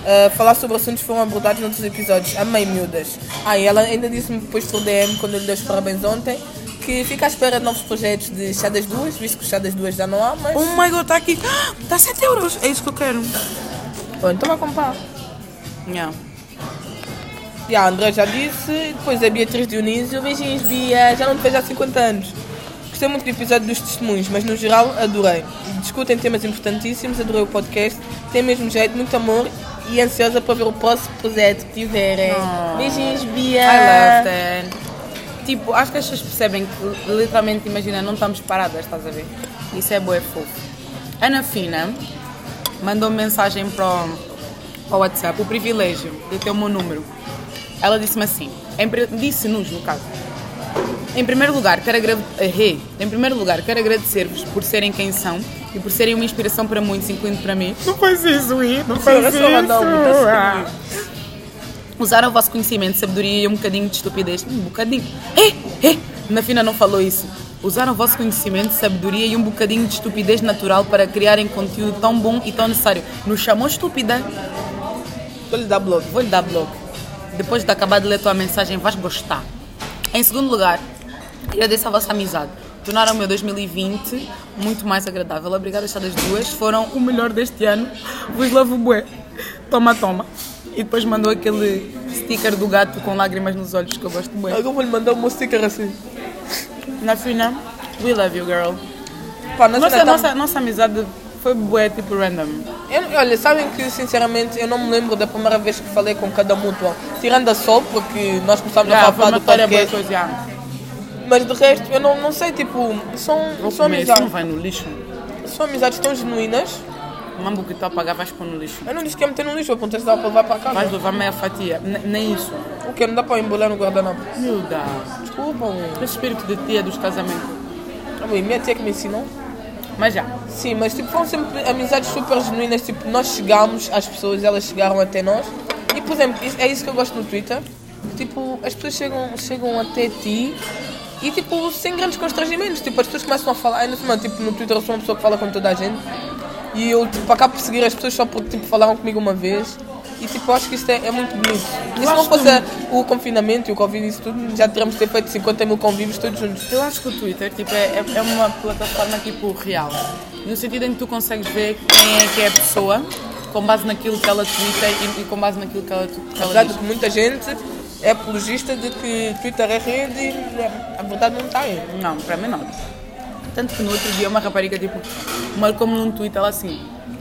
[SPEAKER 2] Ah, falar sobre assuntos que foram abordados noutros episódios. Amei, miúdas. Ah, e ela ainda disse-me depois por DM, quando eu lhe dei os parabéns ontem, que fica à espera de novos projetos de Chá das Duas, visto que o Chá das Duas já não há, mas...
[SPEAKER 3] Oh my god, está aqui. Está 7 euros. É isso que eu quero.
[SPEAKER 2] Bom, então vai comprar.
[SPEAKER 3] Yeah.
[SPEAKER 2] E a André já disse, e depois a Beatriz Dionísio, beijinhos Bia, já não te vejo há 50 anos. Gostei muito do episódio dos testemunhos, mas no geral adorei. Discutem temas importantíssimos, adorei o podcast, tem mesmo jeito, muito amor e ansiosa para ver o próximo projeto que tiverem. Beijinhos Bia!
[SPEAKER 3] Ah. I love that. Tipo, acho que as pessoas percebem que literalmente, imagina, não estamos paradas, estás a ver? Isso é boa, é fofo. Ana Fina mandou mensagem para o, para o WhatsApp, o privilégio de ter o meu número. Ela disse-me assim, em pri- disse-nos no caso. Em primeiro lugar, quero agra- eh, hey. em primeiro lugar, quero agradecer-vos por serem quem são e por serem uma inspiração para muitos, incluindo para mim. Não faz isso, Ui, não
[SPEAKER 2] Sim, eu sou Ronaldo, tá
[SPEAKER 3] Ah. Usar o vosso conhecimento, sabedoria e um bocadinho de estupidez. Um bocadinho. Ei, ei, na fina não falou isso. Usar o vosso conhecimento, sabedoria e um bocadinho de estupidez natural para criarem conteúdo tão bom e tão necessário. Nos chamou estúpida.
[SPEAKER 2] Vou lhe dar blog.
[SPEAKER 3] Vou-lhe dar blog. Depois de acabar de ler a tua mensagem, vais gostar. Em segundo lugar, agradeço a vossa amizade. Tornaram o meu 2020 muito mais agradável. Obrigada, chá das duas. Foram o melhor deste ano. Vos levo bué. Toma, toma. E depois mandou aquele sticker do gato com lágrimas nos olhos que eu gosto bué.
[SPEAKER 2] Agora vou lhe mandar um sticker assim.
[SPEAKER 3] Na fina, we love you, girl.
[SPEAKER 2] Pá, nós
[SPEAKER 3] Nossa,
[SPEAKER 2] ainda
[SPEAKER 3] tá- nossa, nossa amizade foi bué, tipo, random.
[SPEAKER 2] Eu- olha, sabem que sinceramente eu não me lembro da primeira vez que falei com cada mútua. Tirando a Sol, porque nós começámos
[SPEAKER 3] Já,
[SPEAKER 2] a
[SPEAKER 3] foi
[SPEAKER 2] falar
[SPEAKER 3] uma
[SPEAKER 2] do
[SPEAKER 3] história boa coisa,
[SPEAKER 2] podcast.
[SPEAKER 3] ah. já.
[SPEAKER 2] Mas de resto, eu não, não sei, tipo, são, são,
[SPEAKER 3] Mas isso não
[SPEAKER 2] amizades,
[SPEAKER 3] vai no lixo.
[SPEAKER 2] são amizades tão genuínas.
[SPEAKER 3] O mambo que tu apagar vais pôr no lixo.
[SPEAKER 2] Eu não disse que ia meter no lixo, eu apontei se dava para levar para casa.
[SPEAKER 3] Vais levar meia fatia. N- nem isso.
[SPEAKER 2] O que? Não dá para embolar no guardanapo.
[SPEAKER 3] Miúda.
[SPEAKER 2] Desculpa, um, mãe.
[SPEAKER 3] Esse espírito de tia dos casamentos.
[SPEAKER 2] Ah, bem, minha tia que me ensinou.
[SPEAKER 3] Mas já.
[SPEAKER 2] Sim, mas tipo, foram sempre amizades super genuínas. Tipo, nós chegámos às pessoas, elas chegaram até nós. E, por exemplo, isso- é isso que eu gosto no Twitter. que, Tipo, as pessoas chegam, chegam até ti e, tipo, sem grandes constrangimentos. Tipo, as pessoas começam a falar. Ainda mano, tipo, no Twitter eu sou uma pessoa que fala com toda a gente. E eu, tipo, acabo por seguir as pessoas só porque, tipo, falaram comigo uma vez. E, tipo, eu acho que isto é, é muito bonito. E se não fosse o confinamento e o Covid e isso tudo, já teríamos ter feito 50 mil convívios todos juntos.
[SPEAKER 3] Eu acho que o Twitter tipo, é, é- é uma plataforma tipo real. No sentido em que tu consegues ver quem é que é a pessoa com base naquilo que ela twitta e, e com base naquilo que ela, que ela
[SPEAKER 2] Apesar de
[SPEAKER 3] diz.
[SPEAKER 2] que muita gente é apologista de que Twitter é rede e né, a verdade não está aí.
[SPEAKER 3] Não, para mim não. Tanto que no outro dia uma rapariga tipo, marcou-me num tweet, ela assim,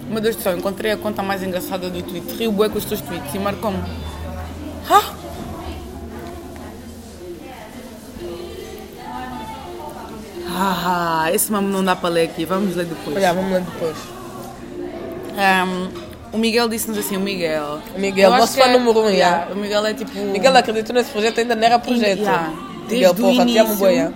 [SPEAKER 3] meu Deus do céu, encontrei a conta mais engraçada do Twitter, rio bué com os teus tweets e marcou-me. Ah! Ah, esse mamo não dá para ler aqui, vamos ler depois.
[SPEAKER 2] Olha, vamos lá depois.
[SPEAKER 3] Um, o Miguel disse-nos assim, o Miguel.
[SPEAKER 2] O Miguel,
[SPEAKER 3] Eu acho
[SPEAKER 2] nosso
[SPEAKER 3] que
[SPEAKER 2] fã
[SPEAKER 3] é-
[SPEAKER 2] número um,
[SPEAKER 3] yeah,
[SPEAKER 2] yeah.
[SPEAKER 3] O Miguel é tipo.
[SPEAKER 2] Miguel acreditou nesse projeto, ainda não era projeto.
[SPEAKER 3] yeah,
[SPEAKER 2] Miguel,
[SPEAKER 3] desde o
[SPEAKER 2] porra, te amo,
[SPEAKER 3] início.
[SPEAKER 2] boia.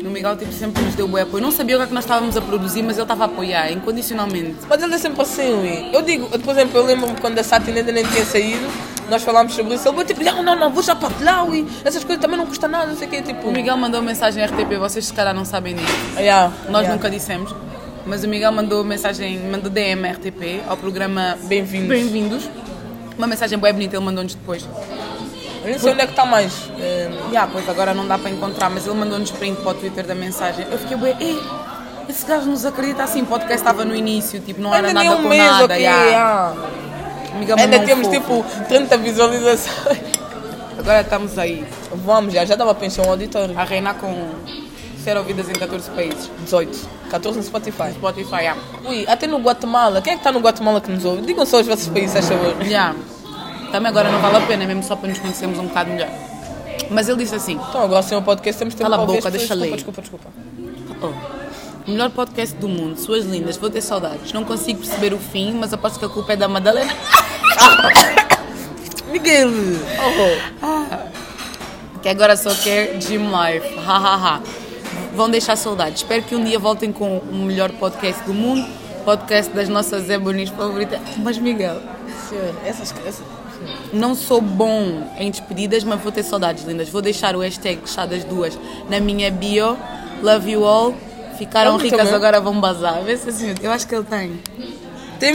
[SPEAKER 3] O Miguel tipo, sempre nos deu bué apoio. Não sabia o que é que nós estávamos a produzir, mas ele estava a apoiar incondicionalmente.
[SPEAKER 2] Mas ele é sempre assim, Ui. Eu digo, por exemplo, eu lembro-me quando a Satin ainda nem tinha saído, nós falámos sobre isso, ele foi tipo, não, não, não, vou já para lá, Ui. Essas coisas também não custa nada, não sei o quê, tipo... Ah,
[SPEAKER 3] O Miguel mandou mensagem RTP, vocês se calhar não sabem disso.
[SPEAKER 2] Yeah,
[SPEAKER 3] Nós
[SPEAKER 2] yeah.
[SPEAKER 3] nunca dissemos. Mas o Miguel mandou mensagem, mandou DM à RTP ao programa
[SPEAKER 2] Bem-vindos.
[SPEAKER 3] Bem-vindos. Uma mensagem bem bonita, ele mandou-nos depois.
[SPEAKER 2] Eu não sei onde é que está mais. Eh,
[SPEAKER 3] Ya, pois agora não dá para encontrar, mas ele mandou-nos print para o Twitter da mensagem. Eu fiquei bué, ei, esse gajo nos acredita assim, o podcast estava no início, tipo, não era
[SPEAKER 2] ainda nem
[SPEAKER 3] nada
[SPEAKER 2] um
[SPEAKER 3] com
[SPEAKER 2] mês,
[SPEAKER 3] nada.
[SPEAKER 2] ok,
[SPEAKER 3] ya.
[SPEAKER 2] yeah.
[SPEAKER 3] Miguel
[SPEAKER 2] Ainda
[SPEAKER 3] mandou um
[SPEAKER 2] temos,
[SPEAKER 3] fofo.
[SPEAKER 2] tipo, 30 visualizações.
[SPEAKER 3] Agora estamos aí,
[SPEAKER 2] Vamos, já, já dava para encher um auditório.
[SPEAKER 3] a reinar com ser ouvidas em 14 países.
[SPEAKER 2] 18, 14 no Spotify.
[SPEAKER 3] Spotify, ya.
[SPEAKER 2] Ui, até no Guatemala. Quem é que está no Guatemala que nos ouve? Digam só os vossos países, a favor.
[SPEAKER 3] Ya. Também agora não vale a pena, mesmo só para nos conhecermos um bocado melhor. Mas ele disse assim,
[SPEAKER 2] Então, agora sem o podcast temos tempo
[SPEAKER 3] Cala a
[SPEAKER 2] para ouvir as
[SPEAKER 3] boca,
[SPEAKER 2] pessoas.
[SPEAKER 3] deixa
[SPEAKER 2] Desculpa, desculpa, desculpa.
[SPEAKER 3] Oh. O melhor podcast do mundo, suas lindas, vou ter saudades. Não consigo perceber o fim, mas aposto que a culpa é da Madalena.
[SPEAKER 2] Miguel! Oh,
[SPEAKER 3] oh. Que agora só quer Gym Life. Ha, ha, ha. Vão deixar saudades. Espero que um dia voltem com o melhor podcast do mundo. Podcast das nossas Zé Bonis favoritas. Mas Miguel,
[SPEAKER 2] senhor, essas crianças...
[SPEAKER 3] não sou bom em despedidas, mas vou ter saudades, lindas. Vou deixar o hashtag chá das duas na minha bio. Love you all. Ficaram
[SPEAKER 2] Ele
[SPEAKER 3] ricas,
[SPEAKER 2] também.
[SPEAKER 3] agora vão bazar. Vê se assim, tá eu acho que ele tem.
[SPEAKER 2] Tem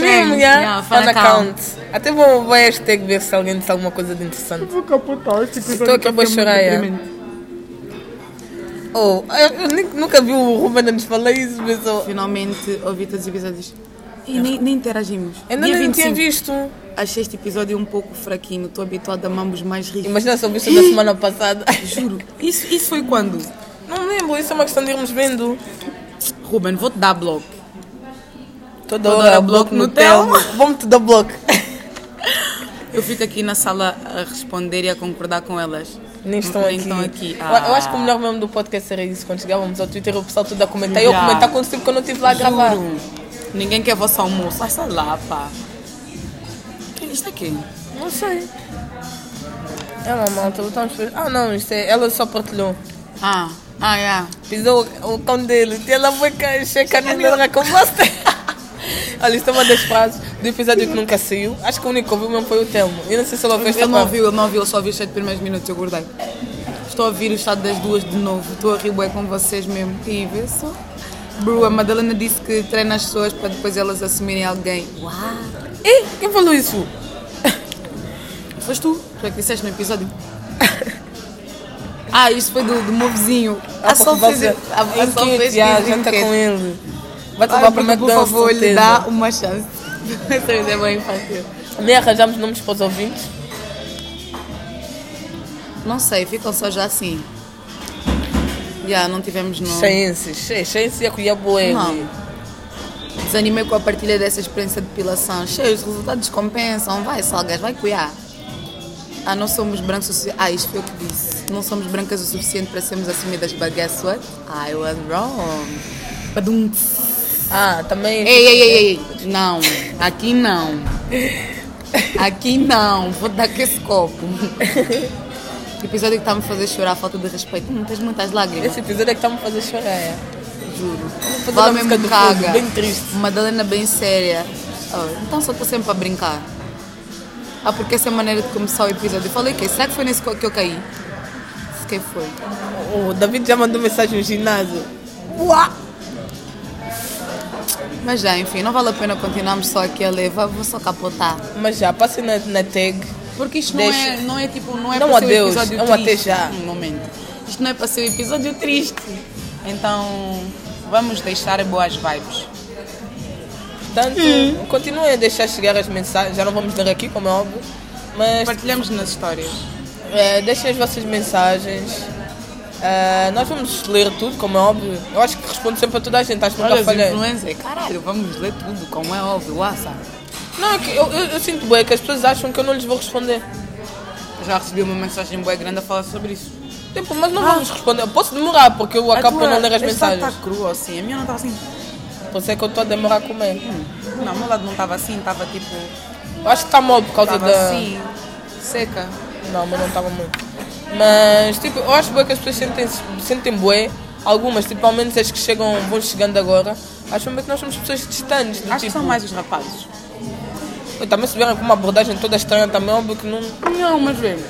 [SPEAKER 3] Tem,
[SPEAKER 2] mesmo,
[SPEAKER 3] yeah,
[SPEAKER 2] já?
[SPEAKER 3] fan
[SPEAKER 2] Fan account.
[SPEAKER 3] account.
[SPEAKER 2] Até vou ver hashtag ver se alguém disse alguma coisa de interessante.
[SPEAKER 3] Vou capotar esse tá
[SPEAKER 2] Estou aqui, eu vou chorar, é. Oh, eu, eu nem- nunca vi o Ruben a nos falar isso, mas... Oh,
[SPEAKER 3] Finalmente ouvi todos os episódios. E nem, nem interagimos.
[SPEAKER 2] ainda
[SPEAKER 3] Dia
[SPEAKER 2] nem
[SPEAKER 3] 25.
[SPEAKER 2] tinha visto.
[SPEAKER 3] Achei este episódio um pouco fraquinho. Estou habituada a mambos mais ricos.
[SPEAKER 2] Imagina se eu visse da semana passada.
[SPEAKER 3] Juro. Isso, isso foi quando?
[SPEAKER 2] Não me lembro, isso é uma questão de irmos vendo.
[SPEAKER 3] Ruben, vou-te dar bloco.
[SPEAKER 2] Toda,
[SPEAKER 3] Toda
[SPEAKER 2] hora,
[SPEAKER 3] hora
[SPEAKER 2] bloco
[SPEAKER 3] bloco
[SPEAKER 2] no
[SPEAKER 3] no Telmo.
[SPEAKER 2] Telmo. Vamos-te dar bloco.
[SPEAKER 3] Eu fico aqui na sala a responder e a concordar com elas.
[SPEAKER 2] Nem estão aqui.
[SPEAKER 3] estão aqui.
[SPEAKER 2] Eu- Eu acho que o
[SPEAKER 3] Ah.
[SPEAKER 2] melhor mesmo do podcast era isso. Quando chegávamos ao Twitter, o pessoal tudo a comentar. E eu
[SPEAKER 3] Yeah.
[SPEAKER 2] comentar quanto tempo que eu não estive lá a gravar.
[SPEAKER 3] Juro. Tá Ninguém quer vosso almoço. Vai sei lá, pá. Quem está aqui?
[SPEAKER 2] Não sei. É uma malta, botamos por- Ah não, isto é. Ela só partilhou.
[SPEAKER 3] Ah, ah, é.
[SPEAKER 2] Pisou o, o cão dele. E ela foi cair, checa a menina com você. Olha, isto é uma das frases do episódio que nunca saiu. Acho que o único que ouviu mesmo foi o Telmo. Eu não sei se ele ouviu esta
[SPEAKER 3] Ele não
[SPEAKER 2] parte.
[SPEAKER 3] ouviu, ele não ouviu, eu só ouvi os 7 primeiros minutos, eu guardei. Estou a ouvir o estado das duas de novo, estou a rir bué com vocês mesmo. E vê só. Bru, a Madalena disse que treina as pessoas para depois elas assumirem alguém. Uau!
[SPEAKER 2] Ih, quem falou isso?
[SPEAKER 3] Foste tu? Tu é que disseste no episódio? ah, isto foi do, do meu vizinho.
[SPEAKER 2] Ah,
[SPEAKER 3] A Sol fez
[SPEAKER 2] Vai-
[SPEAKER 3] a, a Sol
[SPEAKER 2] enquete,
[SPEAKER 3] fez
[SPEAKER 2] já,
[SPEAKER 3] isso,
[SPEAKER 2] janta
[SPEAKER 3] enquete.
[SPEAKER 2] com ele.
[SPEAKER 3] Ai,
[SPEAKER 2] Vai tomar para o
[SPEAKER 3] Bruno, por
[SPEAKER 2] McDonald's,
[SPEAKER 3] favor, lhe
[SPEAKER 2] certeza.
[SPEAKER 3] dá uma chance. Essa é bem infantil.
[SPEAKER 2] Nem arranjamos nomes para os ouvintes.
[SPEAKER 3] Não sei, ficam só já assim. Já, não tivemos nome.
[SPEAKER 2] Cheenses. Cheenses é que ia boa,
[SPEAKER 3] Não.
[SPEAKER 2] Ui.
[SPEAKER 3] desanimei com a partilha dessa experiência de depilação. Cheio, os resultados compensam. Vai, salgas, vai cuiar. Ah, não somos brancos o suficiente. Ah, isto foi o que disse. Não somos brancas o suficiente para sermos assumidas, but guess what? I was wrong. Badum.
[SPEAKER 2] Ah, também.
[SPEAKER 3] Ei, ei, ei, ei. Não, aqui não. Aqui não. Vou dar com esse copo. O episódio que está a me fazer chorar, falta de respeito. Hum, tens muitas lágrimas.
[SPEAKER 2] Esse episódio é que tá me fazendo chorar. é.
[SPEAKER 3] Juro.
[SPEAKER 2] fazer
[SPEAKER 3] Vala
[SPEAKER 2] a música
[SPEAKER 3] mesmo
[SPEAKER 2] do fundo,
[SPEAKER 3] caga.
[SPEAKER 2] bem triste.
[SPEAKER 3] Madalena bem séria. Oh, então só estou sempre a brincar. Ah, porque essa é a maneira de começar o episódio. Eu falei que será que foi nesse co- que eu caí? Se que foi.
[SPEAKER 2] O David já mandou mensagem no ginásio. Uá!
[SPEAKER 3] Mas já, enfim, não vale a pena continuarmos só aqui a levar, vou só capotar.
[SPEAKER 2] Mas já, passei na, na tag.
[SPEAKER 3] Porque isto não é,
[SPEAKER 2] Deixa.
[SPEAKER 3] não é tipo, não é
[SPEAKER 2] Não,
[SPEAKER 3] para ser um
[SPEAKER 2] adeus,
[SPEAKER 3] episódio
[SPEAKER 2] não, até
[SPEAKER 3] triste.
[SPEAKER 2] já.
[SPEAKER 3] Um momento. Isto não é para ser um episódio triste. Então, vamos deixar boas vibes.
[SPEAKER 2] Portanto,
[SPEAKER 3] Hum.
[SPEAKER 2] continuem a deixar chegar as mensagens. Já não vamos ler aqui, como é óbvio. Mas
[SPEAKER 3] Partilhamos nas histórias.
[SPEAKER 2] É, deixem as vossas mensagens. É, nós vamos ler tudo, como é óbvio. Eu acho que respondo sempre a toda a gente, acho que
[SPEAKER 3] Olha
[SPEAKER 2] nunca
[SPEAKER 3] os
[SPEAKER 2] falhei.
[SPEAKER 3] influencers, é, caralho, vamos ler tudo, como é óbvio, assa.
[SPEAKER 2] Não, é que eu, eu, eu sinto bem que as pessoas acham que eu não lhes vou responder.
[SPEAKER 3] Já recebi uma mensagem boa grande a falar sobre isso.
[SPEAKER 2] Tipo, mas
[SPEAKER 3] Ah.
[SPEAKER 2] não vamos responder. Eu posso demorar, porque eu acabo por não ler as mensagens.
[SPEAKER 3] está crua assim, a minha não estava assim.
[SPEAKER 2] Por isso é que eu estou a demorar a comer.
[SPEAKER 3] Não, o meu lado não estava assim, estava tipo,
[SPEAKER 2] Eu acho que está mal por causa
[SPEAKER 3] estava
[SPEAKER 2] da.
[SPEAKER 3] assim, seca.
[SPEAKER 2] Não, mas não estava muito. Mas, tipo, eu acho bué que as pessoas sentem, sentem bué. Algumas, tipo, ao menos as que chegam, vão chegando agora. Acho mesmo que nós somos pessoas distantes. do
[SPEAKER 3] Acho que
[SPEAKER 2] tipo,
[SPEAKER 3] são mais os rapazes.
[SPEAKER 2] Eu também se vieram com uma abordagem toda estranha também, é óbvio que não.
[SPEAKER 3] Não, mas vê, recebi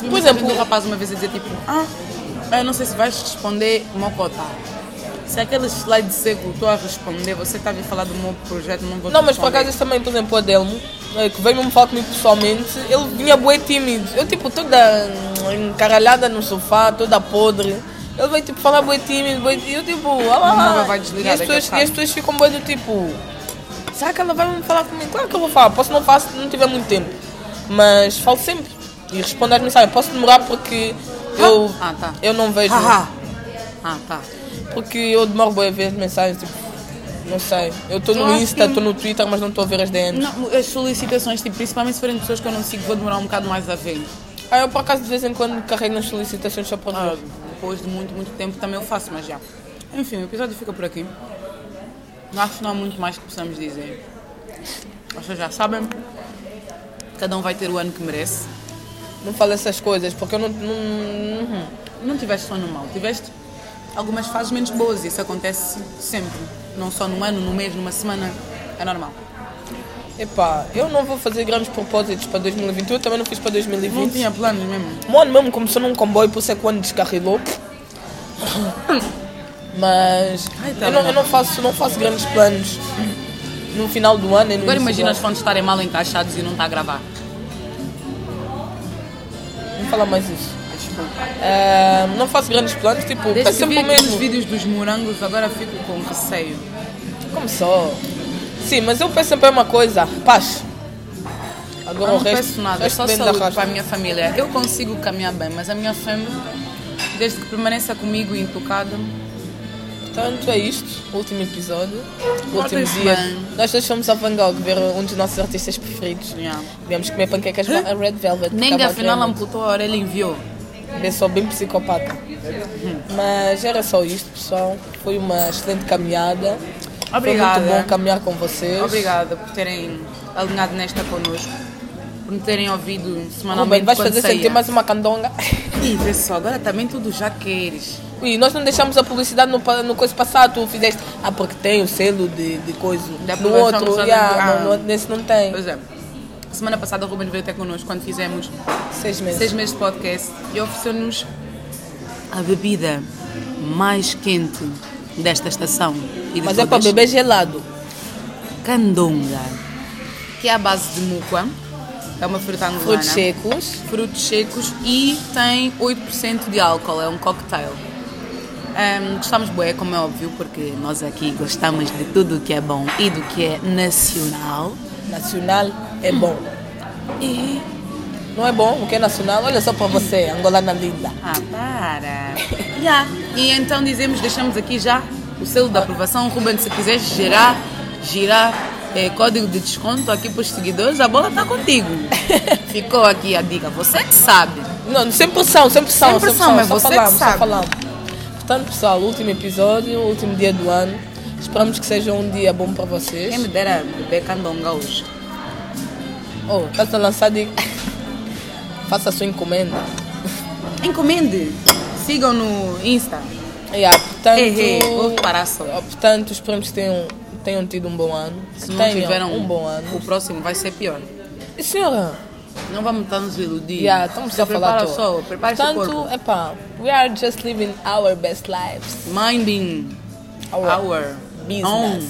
[SPEAKER 2] Por
[SPEAKER 3] uma
[SPEAKER 2] exemplo,
[SPEAKER 3] mensagem do rapaz uma vez a dizer tipo, ah, eu não sei se vais responder Mocotá. Se aquele slide seco eu estou a responder, você está a vir falar do meu projeto, não vou
[SPEAKER 2] Não,
[SPEAKER 3] te
[SPEAKER 2] mas por
[SPEAKER 3] responder.
[SPEAKER 2] acaso esse também, por exemplo, o Adelmo, eh, que veio mesmo falar comigo pessoalmente, ele vinha bué tímido. Eu, tipo, toda hum, encaralhada no sofá, toda podre. Ele veio, tipo, falar bué tímido, bué... e eu, tipo, ah,
[SPEAKER 3] Não,
[SPEAKER 2] lá,
[SPEAKER 3] ela
[SPEAKER 2] lá.
[SPEAKER 3] vai
[SPEAKER 2] E
[SPEAKER 3] desligar é
[SPEAKER 2] as
[SPEAKER 3] daqui a
[SPEAKER 2] pessoas,
[SPEAKER 3] bocado.
[SPEAKER 2] e as pessoas ficam bué do tipo, será que ela vai mesmo falar comigo? Claro que eu vou falar, posso não faço, não tiver muito tempo. Mas falo sempre e respondo às mensagens. Posso demorar porque eu,
[SPEAKER 3] Ah, tá.
[SPEAKER 2] eu não vejo.
[SPEAKER 3] Haha. Ah, tá.
[SPEAKER 2] Porque eu demoro bué a ver as mensagens, tipo, não sei. Eu estou
[SPEAKER 3] Eu
[SPEAKER 2] no
[SPEAKER 3] acho
[SPEAKER 2] Insta,
[SPEAKER 3] que-
[SPEAKER 2] estou no Twitter, mas não estou a ver as DMs.
[SPEAKER 3] Não, as solicitações, tipo, principalmente se forem de pessoas que eu não sigo, vou demorar um bocado mais a ver.
[SPEAKER 2] Ah, eu por acaso de vez em quando carrego nas solicitações só para
[SPEAKER 3] Ah,
[SPEAKER 2] ver.
[SPEAKER 3] depois de muito, muito tempo também eu faço, mas já. Enfim, o episódio fica por aqui. Não acho que não há muito mais que possamos dizer. Vocês já sabem, cada um vai ter o ano que merece.
[SPEAKER 2] Não falo essas coisas, porque eu não. uhum. não- não-
[SPEAKER 3] Não tiveste só no mal, tiveste algumas fases menos boas, isso acontece sempre. Não só num ano, num mês, numa semana, é normal.
[SPEAKER 2] Epá, eu não vou fazer grandes propósitos para 2021, eu também não fiz para
[SPEAKER 3] Não
[SPEAKER 2] 2020.
[SPEAKER 3] tinha planos mesmo.
[SPEAKER 2] O ano mesmo começou num comboio, por isso é que o ano descarrilou. Mas
[SPEAKER 3] Ai, tá
[SPEAKER 2] eu, não,
[SPEAKER 3] bom.
[SPEAKER 2] eu não faço, não faço grandes planos no final do ano. e no
[SPEAKER 3] Agora
[SPEAKER 2] início do
[SPEAKER 3] imagina os
[SPEAKER 2] ano.
[SPEAKER 3] fones estarem mal encaixados e não está a gravar.
[SPEAKER 2] Não falar mais isso.
[SPEAKER 3] Desculpa.
[SPEAKER 2] Ah, não faço grandes planos, tipo, é
[SPEAKER 3] Desde que vi
[SPEAKER 2] sempre o
[SPEAKER 3] aqueles
[SPEAKER 2] mesmo.
[SPEAKER 3] vídeos dos morangos, agora fico com receio.
[SPEAKER 2] Como só? Sim, mas eu peço sempre uma coisa, paz.
[SPEAKER 3] Eu
[SPEAKER 2] Agora o
[SPEAKER 3] não
[SPEAKER 2] resto,
[SPEAKER 3] peço nada,
[SPEAKER 2] resto
[SPEAKER 3] só
[SPEAKER 2] vem da
[SPEAKER 3] saúde
[SPEAKER 2] raça.
[SPEAKER 3] para a minha família. Eu consigo caminhar bem, mas a minha família, desde que permaneça comigo e intocada,
[SPEAKER 2] Portanto, é isto, último episódio, último
[SPEAKER 3] Portem-se
[SPEAKER 2] dia.
[SPEAKER 3] bem.
[SPEAKER 2] Nós dois fomos a Van Gogh ver um dos nossos artistas preferidos.
[SPEAKER 3] Yeah.
[SPEAKER 2] Viemos comer panquecas a Red Velvet. que
[SPEAKER 3] nem
[SPEAKER 2] estava
[SPEAKER 3] afinal
[SPEAKER 2] a
[SPEAKER 3] amputou a orelha e enviou.
[SPEAKER 2] tremer. Bem só bem psicopata. Mas era só isto, pessoal. Foi uma excelente caminhada.
[SPEAKER 3] Obrigada.
[SPEAKER 2] Foi muito bom caminhar com vocês.
[SPEAKER 3] Obrigada por terem alinhado nesta connosco, por me terem ouvido semanalmente
[SPEAKER 2] Ruben, vais
[SPEAKER 3] é quando
[SPEAKER 2] fazer
[SPEAKER 3] saía.
[SPEAKER 2] sentir mais uma candonga.
[SPEAKER 3] Ih, vê só, agora também tudo já queres.
[SPEAKER 2] E nós não deixamos a publicidade no, pa- no coisa passado, tu fizeste, ah, porque tem o selo de, de coisa.
[SPEAKER 3] Da
[SPEAKER 2] no
[SPEAKER 3] aprovação
[SPEAKER 2] outro,
[SPEAKER 3] só
[SPEAKER 2] yeah,
[SPEAKER 3] do-
[SPEAKER 2] no- no-
[SPEAKER 3] ah.
[SPEAKER 2] nesse não tem.
[SPEAKER 3] Pois é, semana passada o Ruben veio até connosco quando fizemos
[SPEAKER 2] Seis meses.
[SPEAKER 3] é. seis meses de podcast e ofereceu-nos a bebida mais quente desta estação. E de
[SPEAKER 2] Mas é para
[SPEAKER 3] todas.
[SPEAKER 2] beber gelado.
[SPEAKER 3] Candonga, que é à base de muqua, é uma fruta angolana.
[SPEAKER 2] Frutos secos.
[SPEAKER 3] Frutos secos e tem 8% de álcool, é um cocktail. Ahm, gostamos bué, como é óbvio, porque nós aqui gostamos de tudo o que é bom e do que é nacional.
[SPEAKER 2] Nacional é bom.
[SPEAKER 3] E...
[SPEAKER 2] Não é bom? O que é nacional? Olha só para você, angolana linda.
[SPEAKER 3] Ah, para! Já. E então dizemos, deixamos aqui já o selo da aprovação. Ruben, se quiseres gerar, girar eh, código de desconto aqui para os seguidores, a bola está contigo. Ficou aqui a dica, você que sabe.
[SPEAKER 2] Não, sempre são, sempre são.
[SPEAKER 3] Sempre são, mas
[SPEAKER 2] só
[SPEAKER 3] você que
[SPEAKER 2] falamos,
[SPEAKER 3] sabe.
[SPEAKER 2] Só falamos. Portanto, pessoal, último episódio, último dia do ano. Esperamos que seja um dia bom para vocês.
[SPEAKER 3] Quem me dera beber candonga hoje.
[SPEAKER 2] Oh, estás a lançar de... Faça a sua encomenda.
[SPEAKER 3] Encomende, sigam no Insta.
[SPEAKER 2] Yeah, portanto,
[SPEAKER 3] Errei, É, vou parar só.
[SPEAKER 2] oh, portanto, esperamos que tenham, tenham tido um bom ano.
[SPEAKER 3] Se não
[SPEAKER 2] tenham
[SPEAKER 3] tiveram
[SPEAKER 2] um bom ano.
[SPEAKER 3] o próximo vai ser pior.
[SPEAKER 2] E senhora,
[SPEAKER 3] Não vamos estar nos iludir.
[SPEAKER 2] yeah, estamos a falar à
[SPEAKER 3] Prepara
[SPEAKER 2] toa.
[SPEAKER 3] só, prepara seu
[SPEAKER 2] Portanto,
[SPEAKER 3] corpo.
[SPEAKER 2] epá, we are just living our best lives.
[SPEAKER 3] Minding
[SPEAKER 2] Our
[SPEAKER 3] our,
[SPEAKER 2] business.
[SPEAKER 3] own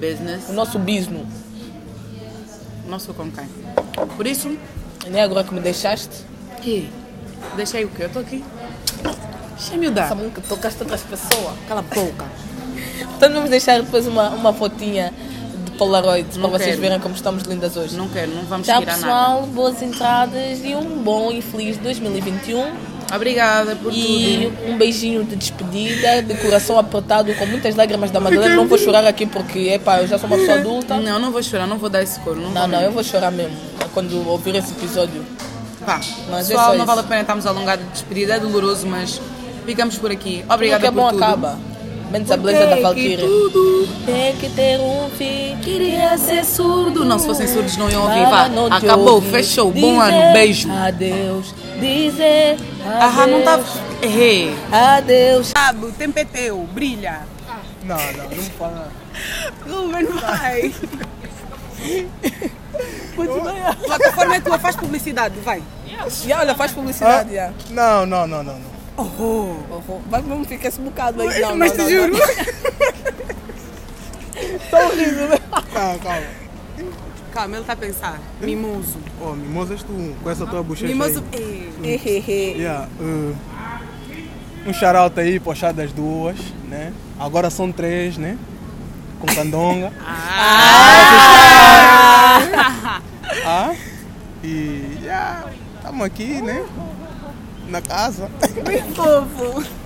[SPEAKER 3] business.
[SPEAKER 2] O nosso business.
[SPEAKER 3] Nosso com quem? Por isso,
[SPEAKER 2] Nem Né, agora que me deixaste.
[SPEAKER 3] e deixei o quê? Eu estou aqui. Deixa me dar.
[SPEAKER 2] Sabendo que tocaste outras pessoas.
[SPEAKER 3] Cala a boca.
[SPEAKER 2] Portanto, vamos deixar depois uma, uma fotinha de Polaroid
[SPEAKER 3] Não
[SPEAKER 2] para vocês
[SPEAKER 3] quero.
[SPEAKER 2] verem como estamos lindas hoje.
[SPEAKER 3] Não quero, não vamos
[SPEAKER 2] Tchau,
[SPEAKER 3] tirar
[SPEAKER 2] pessoal. Boas entradas e um bom e um. feliz 2021.
[SPEAKER 3] nada. Obrigada por
[SPEAKER 2] E
[SPEAKER 3] tudo.
[SPEAKER 2] um beijinho de despedida, de coração apertado, com muitas lágrimas da Madalena. Não vou chorar aqui porque, epá, eu já sou uma pessoa adulta.
[SPEAKER 3] Não, não vou chorar, não vou dar esse coro. então? Não,
[SPEAKER 2] Não,
[SPEAKER 3] vou
[SPEAKER 2] não, eu
[SPEAKER 3] mesmo.
[SPEAKER 2] vou chorar mesmo quando ouvir esse episódio.
[SPEAKER 3] Vá.
[SPEAKER 2] Mas é
[SPEAKER 3] Pessoal,
[SPEAKER 2] só
[SPEAKER 3] não
[SPEAKER 2] isso.
[SPEAKER 3] vale a pena estarmos alongados de despedida, é doloroso, mas ficamos por aqui. Obrigada
[SPEAKER 2] Tudo que é
[SPEAKER 3] por
[SPEAKER 2] bom
[SPEAKER 3] tudo.
[SPEAKER 2] acaba. Menos a beleza da
[SPEAKER 3] Porque que
[SPEAKER 2] Valkyria.
[SPEAKER 3] tudo
[SPEAKER 2] Tem que ter um fim.
[SPEAKER 3] Queria ser surdo. Não, se fossem surdos não iam ouvir.
[SPEAKER 2] para
[SPEAKER 3] Vá.
[SPEAKER 2] não te
[SPEAKER 3] Acabou,
[SPEAKER 2] ouvir.
[SPEAKER 3] fechou. Bom
[SPEAKER 2] Dizer
[SPEAKER 3] ano, beijo.
[SPEAKER 2] Adeus, dizer.
[SPEAKER 3] Ah, não tá.
[SPEAKER 2] adeus,
[SPEAKER 3] Errei.
[SPEAKER 2] Adeus.
[SPEAKER 3] Pablo, tempeteu, é brilha.
[SPEAKER 4] Não, não, não fala.
[SPEAKER 3] Ruben, vai. Continua. Plataforma é tua, faz publicidade, vai. Ah.
[SPEAKER 2] Já, olha, faz publicidade. já.
[SPEAKER 4] Não, não, não, não. não.
[SPEAKER 2] Oh, oh, vai- Vamos ficar esse bocado aí. Não,
[SPEAKER 3] Mas
[SPEAKER 2] não,
[SPEAKER 3] te
[SPEAKER 2] não,
[SPEAKER 3] juro.
[SPEAKER 2] Tá horrível.
[SPEAKER 4] Calma, calma.
[SPEAKER 3] Calma, ele está a pensar. Mimoso.
[SPEAKER 5] Ó, mimosas tu, um, com essa tua bochecha
[SPEAKER 3] Mimoso.
[SPEAKER 5] aí.
[SPEAKER 3] Ei.
[SPEAKER 5] Yeah, uh, um shout aí, pochadas duas, né? Agora são três, né? Com candonga. Ah! E, yeah, estamos aqui, né? Na casa.
[SPEAKER 3] Fofo.